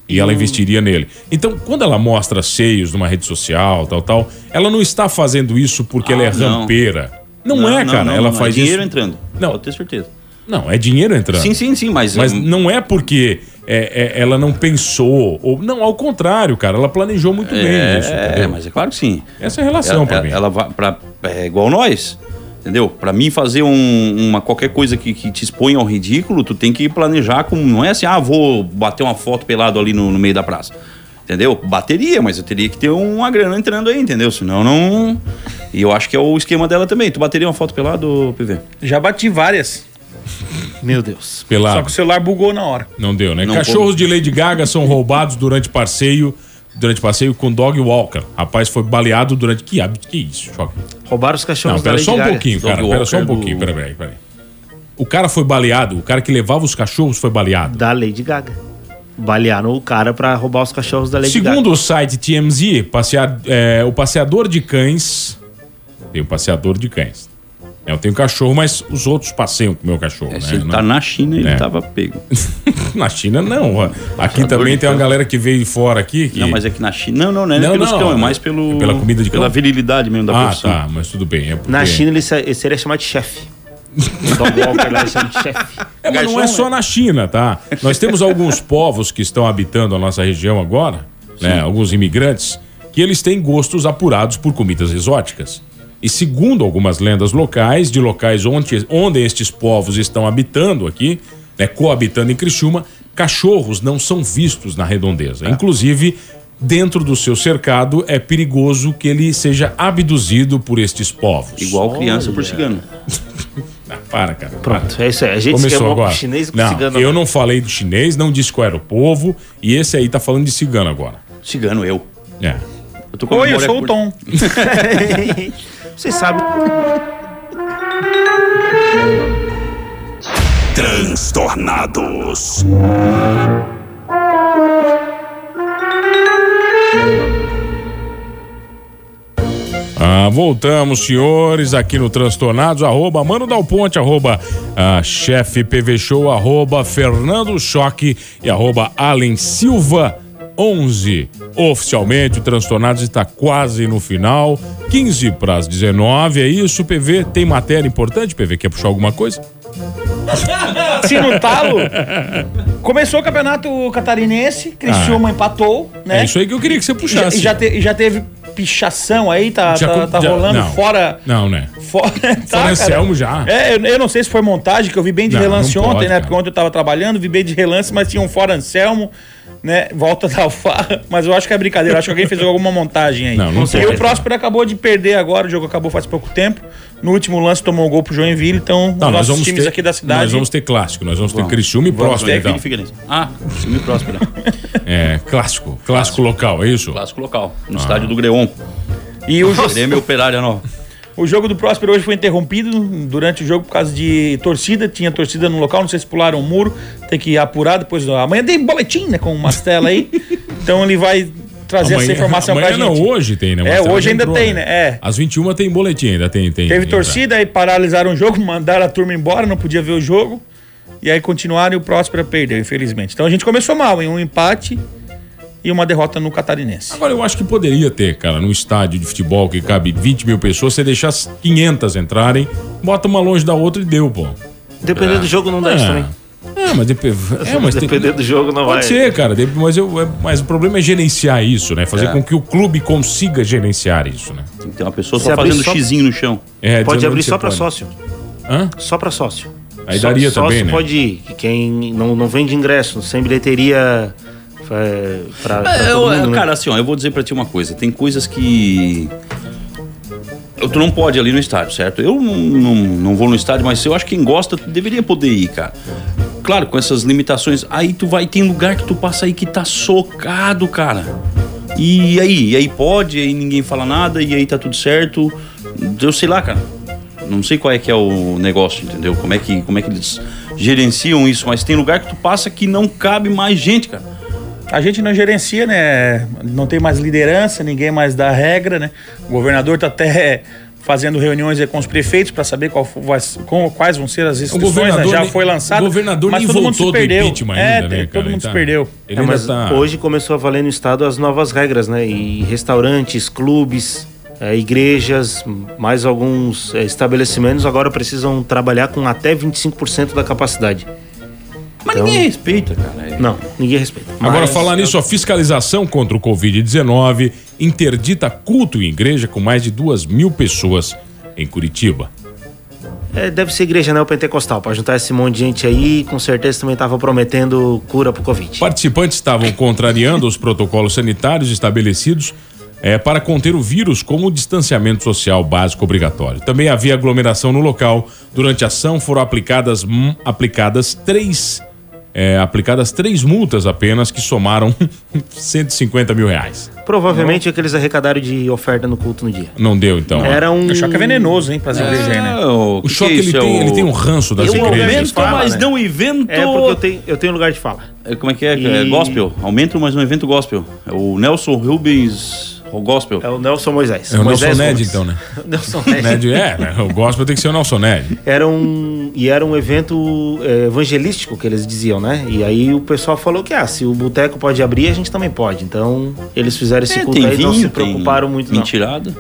E
Hum.
ela investiria nele. Então, quando ela mostra seios numa rede social, tal, tal, ela não está fazendo isso porque
Ah,
ela é
não.
rampeira. Não, é, cara.
não,
ela
não, é
faz
dinheiro
isso.
entrando.
Não.
Pode ter certeza.
Não, é dinheiro entrando.
Sim, sim, sim, mas. um-
Mas não é porque é, é, ela não pensou. ou Não, ao contrário, cara. Ela planejou muito bem
é,
isso.
é,
entendeu?
mas é claro que sim.
Essa é a relação
ela,
pra
ela-
mim.
ela vai pra, é igual nós, entendeu? Pra mim fazer um- uma qualquer coisa que, que te exponha ao ridículo, tu tem que planejar como não é assim, ah, vou bater uma foto pelado ali no, no meio da praça. Entendeu? Bateria, mas eu teria que ter uma grana entrando aí, entendeu? Senão não. E eu acho que é o esquema dela também. Tu bateria uma foto pelado, PV?
Já bati várias.
Meu Deus.
Pelado.
Só que o celular bugou na hora.
Não deu, né?
Não
Cachorros
pôde.
de Lady Gaga são roubados durante passeio, durante passeio com dog walker. Rapaz foi baleado durante que hábito? Que isso, choque.
Roubaram os cachorros
Não,
da
pera
Lady
só um
Gaga.
pouquinho,
Dog
cara. Pera só um
walker é do-
pouquinho, pera, pera, pera. O cara foi baleado, o cara que levava os cachorros foi baleado.
Da Lady Gaga. Balearam o cara pra roubar os cachorros da Lady Gaga.
Segundo o site TMZ, passear, é, o passeador de cães. Tem um passeador de cães. É, eu tenho cachorro, mas os outros passeiam com o meu cachorro,
É,
né?
se ele
Não-
tá na China, ele
É.
tava pego.
Na China, não. ó. Aqui também
de
tem uma
cães.
galera que veio de fora aqui. Que...
Tá Não, mas é que na China. Não, não, não é
Não,
pelos
não.
cão, é mais pelo.
É pela comida de
Pela
cão?
virilidade mesmo da
Ah,
profissão.
tá, mas tudo bem. é
Na
porque-
China ele, se- ele seria chamado de chefe. O Dog Walker lá é chamado de
[LAUGHS]
chefe.
É, mas não
Garçom,
é
um
né?
só na China, tá? Nós temos
[LAUGHS]
alguns povos que estão habitando a nossa região agora, né? Alguns imigrantes, que eles têm gostos apurados por comidas exóticas. E segundo algumas lendas locais, de locais onde, onde estes povos estão habitando aqui, né, coabitando em Criciúma, cachorros não são vistos na
Ah.
redondeza. Inclusive, dentro do seu cercado, é perigoso que ele seja abduzido por estes povos.
Igual criança por cigano.
Ah, para, cara. para.
Pronto, é isso aí. A gente
Começou
esquemou
agora.
com chinês e com
não,
cigano. [LAUGHS] né?
Eu não falei de chinês, não disse qual era o povo, e esse aí tá falando de cigano agora.
Cigano, eu.
É.
Eu tô com a
Oi, eu
é
memória
sou o
curta.
Tom.
Vocês sabem.
Transtornados.
Ah, voltamos, senhores, aqui no Transtornados, arroba Mano Dal Ponte, arroba ah, Chefe PV Show, arroba Fernando Choque e arroba Allen Silva 11. Oficialmente, o Transtornados está quase no final, 15 para as 19, é isso, PV? Tem matéria importante, PV? Quer puxar alguma coisa?
Se no
[LAUGHS]
talo. Começou o
Ah,
campeonato catarinense, Criciúma empatou, né?
É
É isso aí que eu queria que você
E já,
puxasse.
e já te- e já teve pichação aí tá,
Já
tá,
com-
tá
já-
rolando
não.
fora.
Não, né?
Fora, [LAUGHS] tá,
Fora Anselmo já.
É, eu, eu não sei se foi montagem, que eu vi bem de
Não,
relance
não
ontem,
pode,
né?
cara.
Porque ontem eu tava trabalhando, vi bem de relance, mas tinha um fora Anselmo, né? Volta da alfarra. [LAUGHS] Mas eu acho que é brincadeira, eu acho que alguém fez alguma montagem aí.
Não, não
e
pode.
o Próspero acabou de perder agora, o jogo acabou faz pouco tempo. No último lance tomou um gol pro Joinville, então
Não,
os
nós
nossos
vamos
times
ter,
aqui da cidade.
Nós vamos ter clássico, nós vamos ter Criciúma e Próspera,
Vai,
então.
Figueirense. Ah, time próspero. né?
[LAUGHS] É, clássico, clássico local, é isso?
Clássico local,
Ah.
no estádio do Greon.
E o, jo-
Grêmio Operária Nova.
o jogo do Próspero hoje foi interrompido durante o jogo por causa de torcida. Tinha torcida no local, não sei se pularam o muro. Tem que apurar depois. Amanhã tem boletim, né? Com o Mastela aí. então ele vai trazer essa informação pra
amanhã
gente.
não, hoje tem, né?
É,
Marcelo?
hoje ainda
Entrou,
tem, né? É.
Às 21 tem boletim, ainda tem. tem
Teve
tem-
torcida, aí paralisaram o jogo, [LAUGHS] mandaram a turma embora, não podia ver o jogo. E aí continuaram e o Próspero perdeu, infelizmente. Então a gente começou mal, em um empate e uma derrota no Catarinense.
Agora, eu acho que poderia ter, cara, num estádio de futebol que cabe 20 mil pessoas, você deixar as 500 entrarem, bota uma longe da outra e deu, pô.
Dependendo do jogo, não dá isso também.
É, é, mas, depe-
[LAUGHS]
é, mas tem-
Dependendo do jogo, não vai.
Pode ser, cara, de- mas, eu, é- mas o problema é gerenciar isso, né?
É.
Fazer com que o clube consiga gerenciar isso, né?
Tem que ter uma pessoa
Se
só
abrir
fazendo
só-
xizinho no chão.
É,
Pode
dizendo
abrir
que
só
você
pra
pode.
sócio.
Hã?
Só pra sócio.
Aí
Só-
daria
sócio
também, né?
pode ir. que Quem não, não vende ingresso, sem bilheteria é, pra, pra
É,
todo
eu-
mundo, né?
cara, assim, ó, eu vou dizer pra ti uma coisa. Tem coisas que. eu- Tu não pode ir ali no estádio, certo? Eu não, não, não vou no estádio, mas eu acho que quem gosta tu deveria poder ir, cara. Claro, com essas limitações. Aí tu vai, tem lugar que tu passa aí que tá socado, cara. E aí? E aí pode, e aí ninguém fala nada, e aí tá tudo certo. Eu sei lá, cara. Não sei qual é que é o negócio, entendeu? Como é que, como é que eles gerenciam isso, mas tem lugar que tu passa que não cabe mais gente, cara.
A gente não gerencia, né? Não tem mais liderança, ninguém mais dá regra, né? O governador tá até fazendo reuniões aí com os prefeitos para saber qual fo- vai- com- quais vão ser as restrições, né?
governador
Já
nem-
foi lançado.
o governador
mas
nem
todo mundo
voltou
se
do
perdeu.
impeachment
é,
ainda,
tem-
né, cara?
todo mundo
Ele
se
tá-
perdeu.
Ele
É,
ainda
mas
tá...
hoje começou a valer no estado as novas regras, né? E restaurantes, clubes, eh, igrejas, mais alguns eh, estabelecimentos agora precisam trabalhar com até 25% da capacidade.
Mas ninguém respeita, cara.
Não, ninguém respeita.
Agora,
é,
falar nisso, a fiscalização contra o Covid-19 interdita culto em igreja com mais de duas mil pessoas em Curitiba.
É, deve ser igreja, né? O pentecostal, pra juntar esse monte de gente aí, com certeza também tava prometendo cura pro Covid.
Participantes estavam contrariando os protocolos sanitários estabelecidos eh, para conter o vírus, como o distanciamento social básico obrigatório. Também havia aglomeração no local. Durante a ação foram aplicadas, hum, aplicadas três. eh, aplicadas três multas apenas que somaram [LAUGHS] 150 mil reais.
Provavelmente é que eles arrecadaram de oferta no culto no dia.
Não deu, então.
Era um.
O choque é venenoso, hein, pras igrejas aí, né?
O choque
é
ele, tem, ele tem um ranço das
Eu
igrejas.
aumento,
aumento, fala,
mas
mas né?
não invento.
É porque eu tenho, eu tenho lugar de fala.
É, Como é que é?
E-
É gospel. Aumento, mas não invento gospel. É o Nelson Rubens. O gospel.
É o Nelson Moisés.
É o
Moisés
Nelson Ned,
Gomes. [LAUGHS]
então, né?
Nelson Ned.
Ned é, né? O gospel tem que ser o Nelson Ned.
Era um, e era um evento eh, evangelístico que eles diziam, né? E aí o pessoal falou que ah, se o boteco pode abrir, a gente também pode. Então eles fizeram esse
É,
culto aí não se preocuparam
tem
muito, não.
mentirada.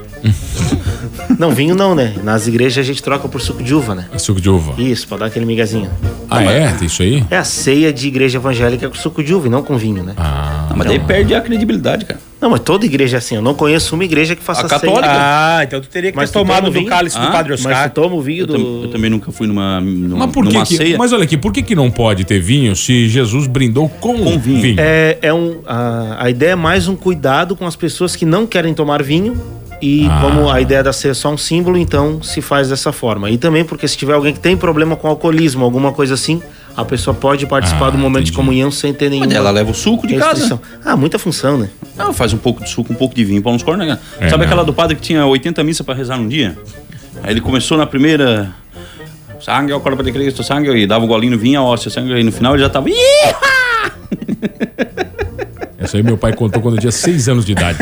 Não, vinho não, né? Nas igrejas a gente troca por suco de uva, né?
Suco de uva.
Então,
Isso, pra dar aquele migazinho.
Ah, é? Tem isso aí?
É a ceia de igreja evangélica com suco de uva e não com vinho, né?
Ah, mas daí perde a credibilidade, cara.
Não, mas toda igreja é assim. Eu não conheço uma igreja que faça
A católica,
ceia.
Ah, então tu teria que
Mas
ter
tu toma
tomado
o
do
vinho?
cálice do
Ah,
Padre
Mas
Oscar.
tu toma o vinho
Eu,
do...
tam- eu também nunca fui numa, numa,
Mas por
numa
que, que
ceia.
Mas olha aqui, por que, que não pode ter vinho se Jesus brindou com,
Com vinho.
vinho?
É, é um, a, a ideia é mais um cuidado com as pessoas que não querem tomar vinho. E
Ah.
como a ideia da ser é só um símbolo, então se faz dessa forma. E também porque se tiver alguém que tem problema com alcoolismo, alguma coisa assim, a pessoa pode participar
Ah,
do momento
entendi.
de comunhão sem ter nenhuma
Mas ela leva o suco de casa.
restrição. Ah, muita função, né?
Ah, faz um pouco de suco, um pouco de vinho, pra uns cornos, né?
É,
Sabe
né?
aquela do padre que tinha 80 missas pra rezar num dia? Aí ele começou na primeira. Sangue é o corpo de Cristo, sangue, e dava um golinho no vinho, a óssea, sangue, e no final ele já tava. "Ih!"
Essa aí meu pai contou quando eu tinha seis anos de
[LAUGHS]
idade.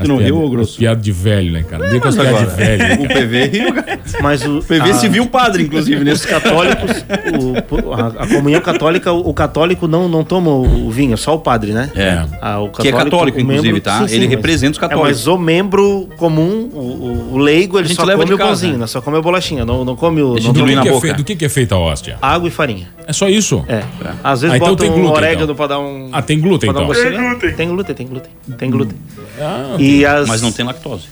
Tu não riu, ô grosso?
Piada de velho, né, cara? Nem com as
Mas
piadas de
agora, [LAUGHS]
velho. né,
O
cara?
PV riu, cara. Ah.
Mas o,
[LAUGHS] O PV
a-
se viu padre, inclusive, nesse católico.
o- a, a comunhão católica, o, o católico não, não toma o, o vinho, só o padre, né?
É.
Ah, o
Que é católico,
o
inclusive, tá? Ele
mas-
representa os católicos.
É, mas o membro comum, o, o- o leigo, ele
gente
só
leva
come
de
o
casa,
pãozinho,
né?
né? só come a bolachinha, não, não come o...
Deixa
Não
eu
Do,
Diluir
come
que
na
é
boca. Ah.
feito- do que que é feita a hóstia?
água e farinha.
É só isso?
É. Às vezes
Ah, então
botam
tem glúten,
então.
um orégano pra dar um...
Ah, tem glúten,
pra dar um
então.
você.
Tem glúten, tem glúten. Tem glúten.
Ah,
E as,
Mas Hum. não tem lactose.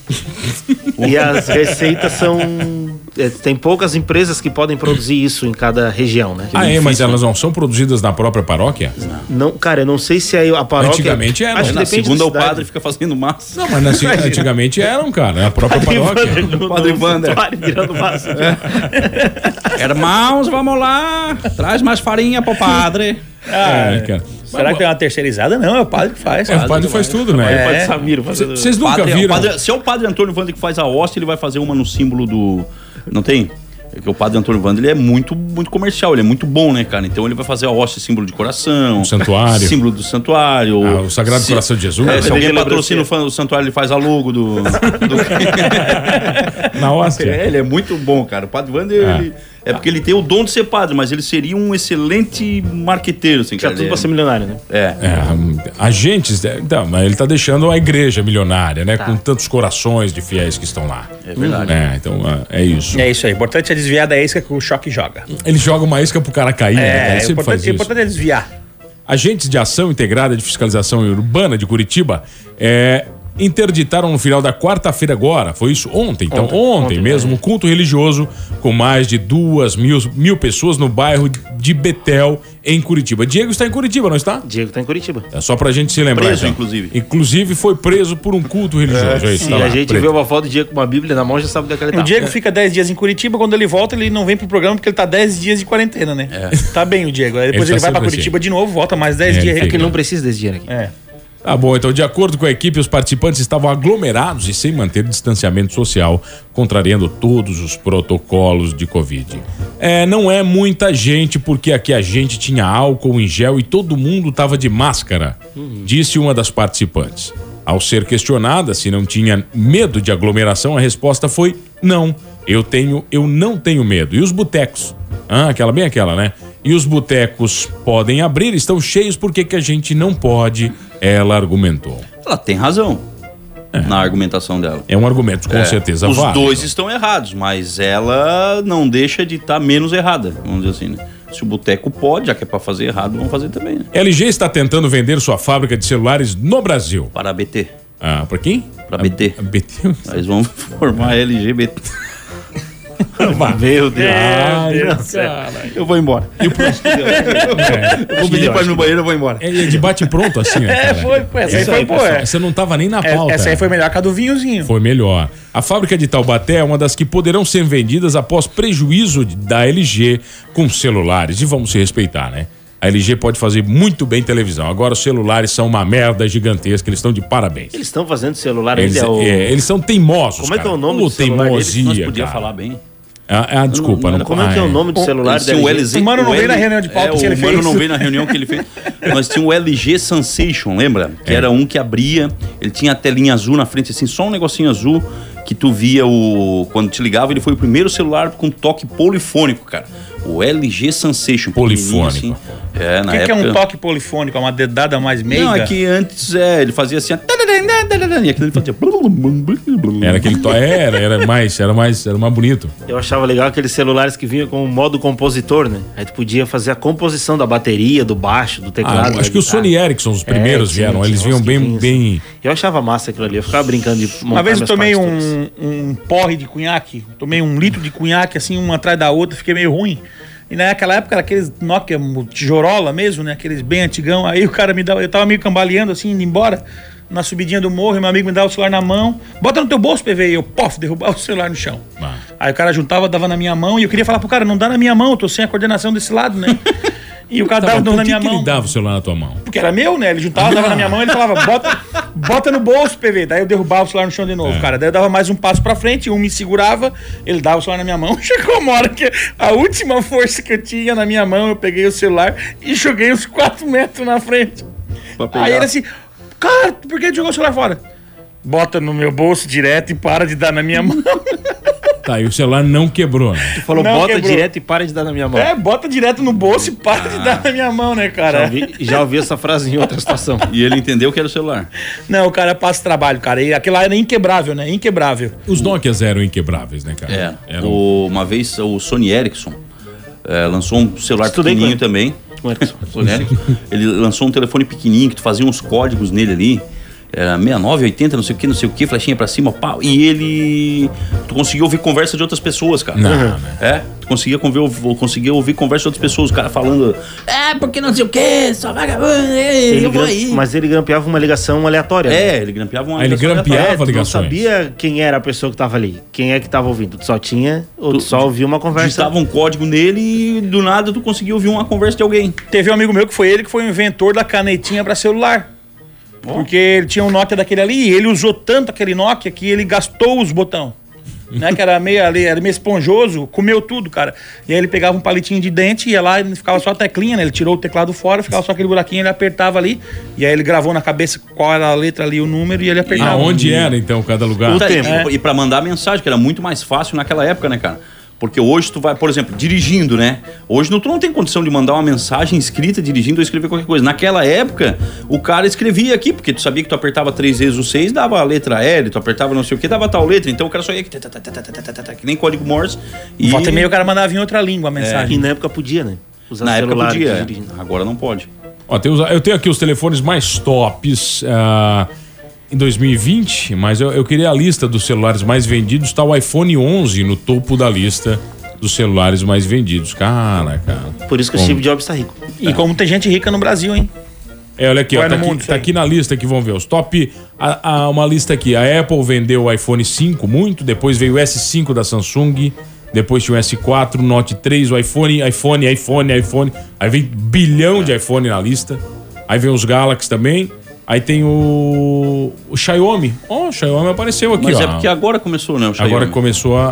E as receitas são. é, Tem poucas empresas que podem produzir isso em cada região, né?
ah, é, mas elas não são produzidas na própria paróquia?
Não, cara, eu não sei se aí a paróquia.
Antigamente era.
Acho
Aí
que
na
depende
segunda
da
o
cidade.
padre fica fazendo massa.
Não, mas na- antigamente eram, cara, na
[LAUGHS]
própria paróquia.
Ivander, no-
Padre
no
Wander. É.
santuário, virando
[LAUGHS]
massa.
Irmãos, vamos lá. Traz mais farinha pro padre.
É, cara.
um-
Será que tem uma terceirizada? Não, é o padre que faz.
É, o padre faz tudo, né?
Padre
É.
Samiro fazendo-
Vocês nunca
Padre-
viram.
o padre- se é o padre Antônio Wander que faz a hóstia, ele vai fazer uma no símbolo do. Não tem? É que o padre Antônio Wander ele é muito, muito comercial, ele é muito bom, né, cara? Então ele vai fazer a hóstia símbolo de coração.
santuário.
Símbolo do santuário.
Ah, o Sagrado Coração de Jesus.
É, se alguém
Lembrou
patrocina o fã do santuário, ele faz a logo do. [LAUGHS]
[LAUGHS]
do-
Na
É,
hóstia.
ele é muito bom, cara. O Padre Wander,
É.
ele. É porque ele tem o dom de ser padre, mas ele seria um excelente marqueteiro, assim,
Tinha
cara.
tudo pra ser
Ele
milionário, né?
é- é.
É, hum, agentes. é, Então, mas ele tá deixando a igreja milionária,
Tá.
né? Com tantos corações de fiéis que estão lá. É verdade. É, então ah, é isso.
É isso aí. O importante é desviar da isca que o choque joga.
Ele joga uma isca pro cara cair, né? cara?
É,
Ele
o
sempre
importante,
faz
o
isso.
importante é desviar.
Agentes de Ação Integrada de Fiscalização Urbana de Curitiba é, interditaram no final da quarta-feira agora, foi isso? Ontem, então, ontem,
é.
mesmo, um culto religioso com mais de duas mil, mil pessoas no bairro de Betel, em Curitiba. Diego está em Curitiba, não está?
Diego tá em Curitiba.
É só pra gente se lembrar.
Preso,
então.
inclusive.
Inclusive foi preso por um culto religioso. É, isso,
Se
tá lá,
a gente
preso.
vê uma foto do Diego com uma Bíblia na mão, já sabe é daquela
O Diego fica 10 dias em Curitiba, quando ele volta, ele não vem pro programa porque ele tá 10 dias de quarentena, né? Tá bem o Diego. Aí depois
Ele
ele,
tá
vai pra
sempre assim.
Curitiba de novo, volta mais 10
É,
dias.
ele
que
fica.
ele-
não precisa desse dinheiro aqui.
É.
Tá bom, então, de acordo com a equipe, os participantes estavam aglomerados e sem manter distanciamento social, contrariando todos os protocolos de Covid. É, não é muita gente, porque aqui a gente tinha álcool em gel e todo mundo tava de máscara, disse uma das participantes. Ao ser questionada se não tinha medo de aglomeração, a resposta foi não. Eu tenho, eu não tenho medo. E os botecos? Ah, aquela bem aquela, né? E os botecos podem abrir, estão cheios, por que, que a gente não pode? Ela argumentou.
Ela tem razão na argumentação dela.
É um argumento com certeza
Os
válido.
dois estão errados, mas ela não deixa de estar menos errada, vamos dizer assim, né? Se o boteco pode, já que é pra fazer errado, vão fazer também, né?
LG está tentando vender sua fábrica de celulares no Brasil.
Para a BT.
Ah, pra quem? Ah,
Pra BT.
A, a BT?
Eles vão formar
[LAUGHS]
a LGBT.
Meu
Ah,
Deus.
Ai,
Eu vou embora.
Eu vou pedir pra ir no banheiro, eu vou embora.
É, é de bate-pronto assim, né, cara?
[LAUGHS] É, foi, foi, essa aí
Essa-
foi boa.
Essa, essa não tava nem na
É,
pauta.
Essa aí foi melhor que a do vinhozinho.
Foi melhor. A fábrica de Taubaté é uma das que poderão ser vendidas após prejuízo de- da LG com celulares. E vamos se respeitar, né? A LG pode fazer muito bem televisão. Agora os celulares são uma merda gigantesca, eles estão de parabéns.
Eles estão fazendo celular
Eles,
ainda. o-
é, eles são teimosos.
Como é que
cara.
é o nome
Ô,
do celular deles que
teimosia,
Nós podíamos
cara.
falar bem.
Ah, ah, desculpa,
Não,
não,
não,
Como é que é o nome do celular
Eles tinham
da
o
LG?
LZ,
O mano não veio na
L-
reunião de pauta
é,
que ele
O mano
fez.
não veio na reunião que
[LAUGHS]
ele fez. Nós tínhamos o LG Sensation, lembra? Que era um que abria, ele tinha a telinha azul na frente, assim, só um negocinho azul que tu via o. Quando te ligava, ele foi o primeiro celular com toque polifônico, cara. O LG Sensation. pequenininho,
Polifônico.
Assim. É,
O
na
que, que é
época...
um toque polifônico? É uma dedada mais meiga?
Não, é que antes é, ele fazia assim. ó, tadadadadadadada, E aquilo
[LAUGHS]
ele fazia.
Era aquele to...
é.
é, era, era mais, era mais, era mais bonito.
Eu achava legal aqueles celulares que vinham com o modo compositor, né? Aí tu podia fazer a composição da bateria, do baixo, do
Ah,
teclado. da
acho que o
guitarra.
Sony Ericsson, os primeiros
É, tinha,
vieram,
tinha
eles
uns
vinham
que
bem,
vinham,
bem.
Eu achava massa aquilo ali. Eu ficava brincando de montar
Uma vez eu tomei
minhas partes todas.
um, um porre de cunhaque, tomei um litro de cunhaque, assim, uma atrás da outra, fiquei meio ruim. E naquela época era aqueles Nokia mo- tijorola mesmo, né? Aqueles bem antigão. Aí o cara me dava, eu tava meio cambaleando assim, indo embora, na subidinha do morro, e meu amigo me dava o celular na mão. Bota no teu bolso, PV, e eu, pof, derrubava [LAUGHS] o celular no chão.
Ah.
Aí o cara juntava, dava na minha mão, e eu queria falar pro cara, não dá na minha mão, eu tô sem a coordenação desse lado,
[LAUGHS]
né? E o cara
Tá,
dava
mas
dava
por
na
que,
minha
que ele
mão.
dava o celular na tua mão?
Porque era meu, né? Ele juntava, dava na minha mão e ele falava, bota, bota no bolso, PV. Daí eu derrubava o celular no chão de novo, cara. Daí eu dava mais um passo pra frente, um me segurava, ele dava o celular na minha mão. [LAUGHS] Chegou uma hora que a última força que eu tinha na minha mão, eu peguei o celular e joguei uns 4 metros na frente. Aí ele assim, cara, por que jogou o celular fora? Bota no meu bolso direto e para de dar na minha mão.
Tá, e o celular não quebrou, né?
Tu falou,
Não,
bota
quebrou.
direto e para de dar na minha mão.
É, bota direto no bolso e para de dar na minha mão, né,
Já,
cara?
ouvi, já ouvi essa frase em outra situação.
E ele entendeu que era o celular.
Não, o cara passa trabalho, cara. E aquilo lá era inquebrável, né? Inquebrável.
Os Nokias eram inquebráveis, né, cara?
É.
Eram-
O- uma vez o Sony Ericsson eh, lançou um celular
Estudei
pequenininho também.
com Erickson.
Sonério. Ele lançou um telefone pequenininho que tu fazia uns códigos nele ali. Era 69, 80, não sei o que, não sei o que, flechinha pra cima, pau. E ele. Tu conseguia ouvir conversa de outras pessoas, cara.
Não, né?
É? Tu conseguia, conver... conseguia ouvir conversa de outras pessoas, o cara falando. É, porque não sei o que, só vagabundo, ei,
Ele
eu vou
gram-
aí.
Mas ele grampeava uma ligação aleatória. né?
É, ele grampeava uma
Ah, ele
ligação
grampeava?
aleatória.
tu não
ligações.
sabia quem era a pessoa que tava ali, quem é que tava ouvindo. Tu só tinha, ou tu só ouvia uma conversa.
Digitava um código nele e do nada tu conseguia ouvir uma conversa de alguém.
Teve um amigo meu que foi ele que foi o inventor da canetinha pra celular. Porque ele tinha um Nokia daquele ali e ele usou tanto aquele Nokia que ele gastou os
[LAUGHS]
botão. Né, que era meio ali, era meio esponjoso, comeu tudo, cara. E aí ele pegava um palitinho de dente, ia lá e ficava só a teclinha, né? Ele tirou o teclado fora, ficava só aquele buraquinho, ele apertava ali, e aí ele gravou na cabeça qual era a letra ali, o número, e ele
É.
apertava.
Aonde era, então, cada lugar?
Tá,
tempo.
E, e pra mandar mensagem, que era muito mais fácil naquela época, né, cara? Porque hoje tu vai, por exemplo, dirigindo, né? Hoje não, tu não tem condição de mandar uma mensagem escrita dirigindo ou escrever qualquer coisa. Naquela época, o cara escrevia aqui, porque tu sabia que tu apertava três vezes o seis, dava a letra L, tu apertava não sei o que, dava tal letra. Então o cara só ia que, tá, tá, tá, tá, tá, tá, tá, tá, que nem código Morse. E
Volta e meio o cara mandava em outra língua a
E
mensagem.
na época podia, né? Usar
na época
celular
podia.
dirigindo.
Agora não pode.
Ó, tem os- eu tenho aqui os telefones mais tops ah, em 2020, mas eu, eu queria a lista dos celulares mais vendidos. Está o iPhone 11 no topo da lista dos celulares mais vendidos. Cara, cara.
Por isso que o
Bom.
Steve Jobs tá rico.
E como tem gente rica no Brasil, hein?
É, olha aqui, ó,
Põe
tá,
no mundo
aqui,
isso
tá
aí.
aqui na lista que vão ver os top. A, a- uma lista aqui. A Apple vendeu o iPhone 5 muito, depois veio o S5 da Samsung, depois tinha o S4, o Note 3, o iPhone, iPhone, iPhone, iPhone. Aí vem bilhão de iPhone na lista. Aí vem os Galaxy também. Aí tem o, o Xiaomi. Ó, o Xiaomi apareceu aqui,
Mas
ó.
é porque agora começou, né? O
Agora
Xiaomi.
que começou a,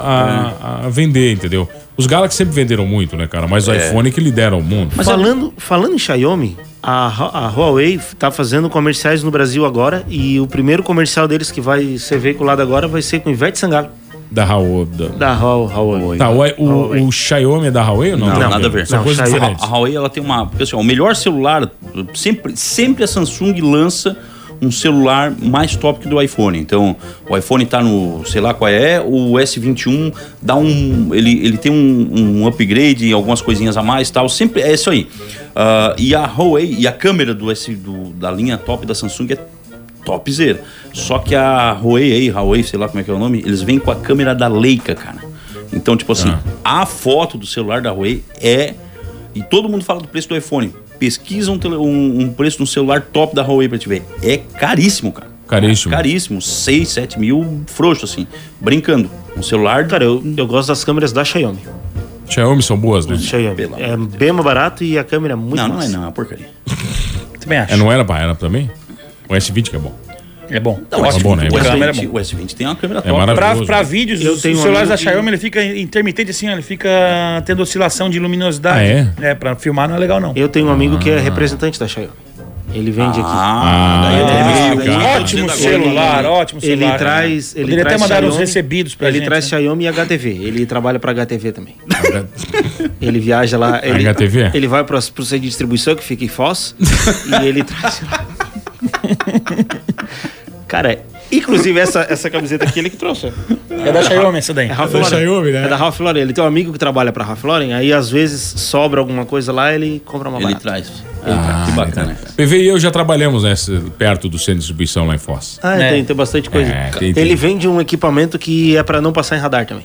a- a vender, entendeu? Os Galaxy sempre venderam muito, né, cara? Mas o iPhone que lidera o mundo.
falando, falando em Xiaomi, a, Hu- a Huawei tá fazendo comerciais no Brasil agora e o primeiro comercial deles que vai ser veiculado agora vai ser com Ivete Sangalo,
Da Raul. da-
da Hua- Huawei.
Tá, o, o, o Xiaomi é da Huawei ou não?
Não,
Tá
nada a ver.
São
Não,
coisas
Xiaomi-
diferentes.
A Huawei ela tem uma. Porque assim, ó, o melhor celular. Sempre, sempre a Samsung lança um celular mais top que do iPhone. Então, o iPhone tá no, sei lá qual é, o S21 dá um, ele, ele tem um, um upgrade, algumas coisinhas a mais, e tal, sempre é isso aí. Ah, e a Huawei e a câmera do S do- da linha top da Samsung é topzera. Só que a Huawei, aí, Huawei, sei lá como é que é o nome, eles vêm com a câmera da Leica, cara. Então, tipo assim, a foto do celular da Huawei é. E todo mundo fala do preço do iPhone. Pesquisa um, tele- um- um preço de um celular top da Huawei pra te ver. É caríssimo, cara.
Caríssimo.
É caríssimo. 6, 7 mil frouxo, assim. Brincando. Um celular.
Cara, eu, eu gosto das câmeras da Xiaomi.
Xiaomi são boas, né?
Xiaomi.
Pelo amor
É bem mais barato e a câmera é muito
Não, não é
massa.
não, é uma porcaria.
Também acho.
É, não era pra era também? O S20 que é bom.
É bom.
Não,
Tá bom, né?
o,
A
câmera é
S20,
bom.
o S20 tem uma câmera top.
maravilhoso.
Pra,
Maravilhoso,
pra
né?
vídeos,
Eu
os
tenho um
celulares da
amigo que-
Xiaomi ele fica intermitente assim, ó, ele fica tendo oscilação de luminosidade.
Ah,
é? pra filmar não é legal não.
Eu tenho um amigo que é representante da Xiaomi. Ele vende aqui.
Ah, daí
Ah,
é meio-
cara.
ótimo
Ele-
celular, ótimo
Ele
celular.
traz. Ele
Poderia
traz
até mandar
Xiaomi-
os recebidos pra
Ele
gente,
traz
né?
Xiaomi e HTV. Ele trabalha pra
[LAUGHS]
HTV também. Ele viaja lá. Ele,
HTV?
Ele vai para o centro de distribuição que fica
[LAUGHS]
em Foz. e ele traz. Cara, inclusive essa, essa camiseta aqui ele que trouxe.
É da Xiaomi essa daí.
É Ralph
É da
Lauren.
Xiaomi, né?
É da Ralph Lauren. Ele tem um amigo que trabalha pra Ralph Lauren, aí às vezes sobra alguma coisa lá, ele compra uma
Ele
barata.
traz. Ah, que bacana, cara.
PV e eu já trabalhamos nessa, perto do centro de distribuição lá em Foz.
Ah,
É.
tem, tem bastante coisa.
É, tem- tem.
ele vende um equipamento que é pra não passar em radar também.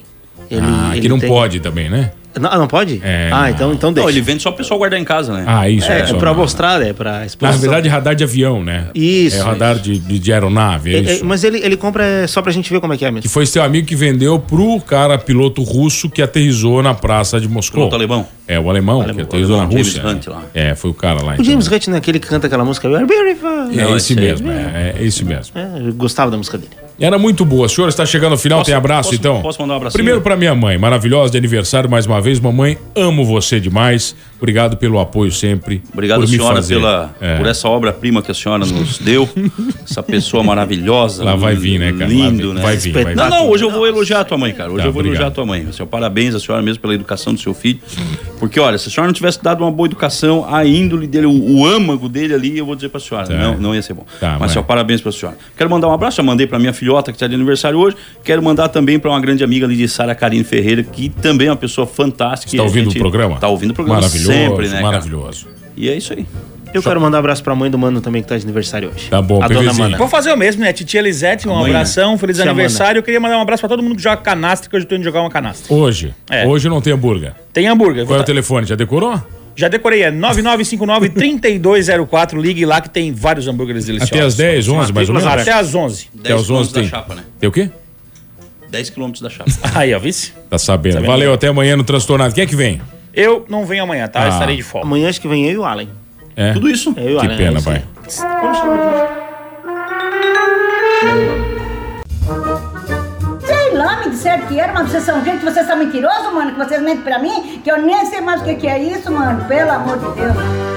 Ele,
Ah,
ele
que não
tem-
pode também, né?
Não- ah, não pode?
É,
ah,
não.
então, então deixa.
Não, ele vende só pro pessoal guardar em casa, né?
Ah, isso.
É, é
pessoal.
pra mostrar, é pra
Na
exposição.
verdade, radar de avião, né?
Isso,
É radar de, de, de aeronave,
É,
é,
é,
isso.
mas ele, ele compra é, só pra gente ver como é que é
Que
mesmo.
foi seu amigo que vendeu pro cara piloto russo que aterrizou na praça de Moscou.
Piloto alemão.
É, o alemão, que aterrizou
alemão,
na
James
Rússia.
Hunt
né?
lá.
É, foi o cara lá.
O
então.
James Hunt, né, aquele que canta aquela música You are beautiful.
É
Não,
esse
esse aí.
mesmo, é, é esse mesmo.
É, eu gostava da música dele.
Era muito boa. Senhora, está chegando ao final.
Posso-
Tem abraço,
posso-
então?
posso mandar um abracinho?
Primeiro para minha mãe, maravilhosa de aniversário mais uma vez. Mamãe, amo você demais. Obrigado pelo apoio sempre.
Obrigado,
por me
senhora,
fazer.
pela,
É.
por essa obra-prima que a senhora nos deu. essa pessoa maravilhosa.
Lá vai vir, né, cara?
Lindo,
Lá
né?
vai vir, vai vir.
Não, não, hoje eu vou elogiar a tua mãe, cara. Hoje
Tá,
eu vou elogiar a
obrigado.
tua mãe. Seu parabéns à senhora mesmo pela educação do seu filho. Porque, olha, se a senhora não tivesse dado uma boa educação, a índole dele, o, o âmago dele ali, eu vou dizer pra senhora. Não, não ia ser bom.
Tá,
Mas,
mãe.
seu parabéns pra senhora. Quero mandar um abraço, já mandei pra minha filhota que está de aniversário hoje. Quero mandar também para uma grande amiga ali de Sara Karine Ferreira, que também é uma pessoa fantástica.
Está tá ouvindo o programa?
Está tá ouvindo o programa
Maravilhoso,
sempre, né? cara?
maravilhoso.
E é isso aí.
Eu quero mandar um abraço pra mãe do Mano também, que tá de aniversário hoje.
Tá bom,
A dona
PVzinho.
Mana.
Vou fazer o mesmo, né? Titia Elisete, um
Amanhã.
abração, feliz
Tia
aniversário. Eu queria mandar um abraço pra todo mundo que joga canastra, que hoje eu tô indo jogar uma canastra.
Hoje.
É.
Hoje não tem hambúrguer.
Tem hambúrguer. vou
Qual é o
tá-
telefone? Já decorou?
Já decorei, é 9959-3204. Ligue lá que tem vários hambúrgueres deliciosos.
é
Até às 10, 11, mais ou menos.
matrículas
Até às 11.
Até às 11 tem.
da chapa, né?
Tem o quê?
10 quilômetros da chapa.
Aí, ó, vice.
Tá sabendo. Valeu, até amanhã no Transtornado. Quem é que vem?
Eu não venho amanhã, tá?
Ah.
Eu Estarei de folga.
Amanhã acho que vem eu e o Allen.
É.
Tudo isso.
Eu e o
Que
Allen, é
pena,
isso aí.
vai.
Sei lá, me disseram que era, mas vocês são gente, vocês são mentirosos, mano, que vocês mentem pra mim, que eu nem sei mais o que, que é isso, mano, pelo amor de Deus.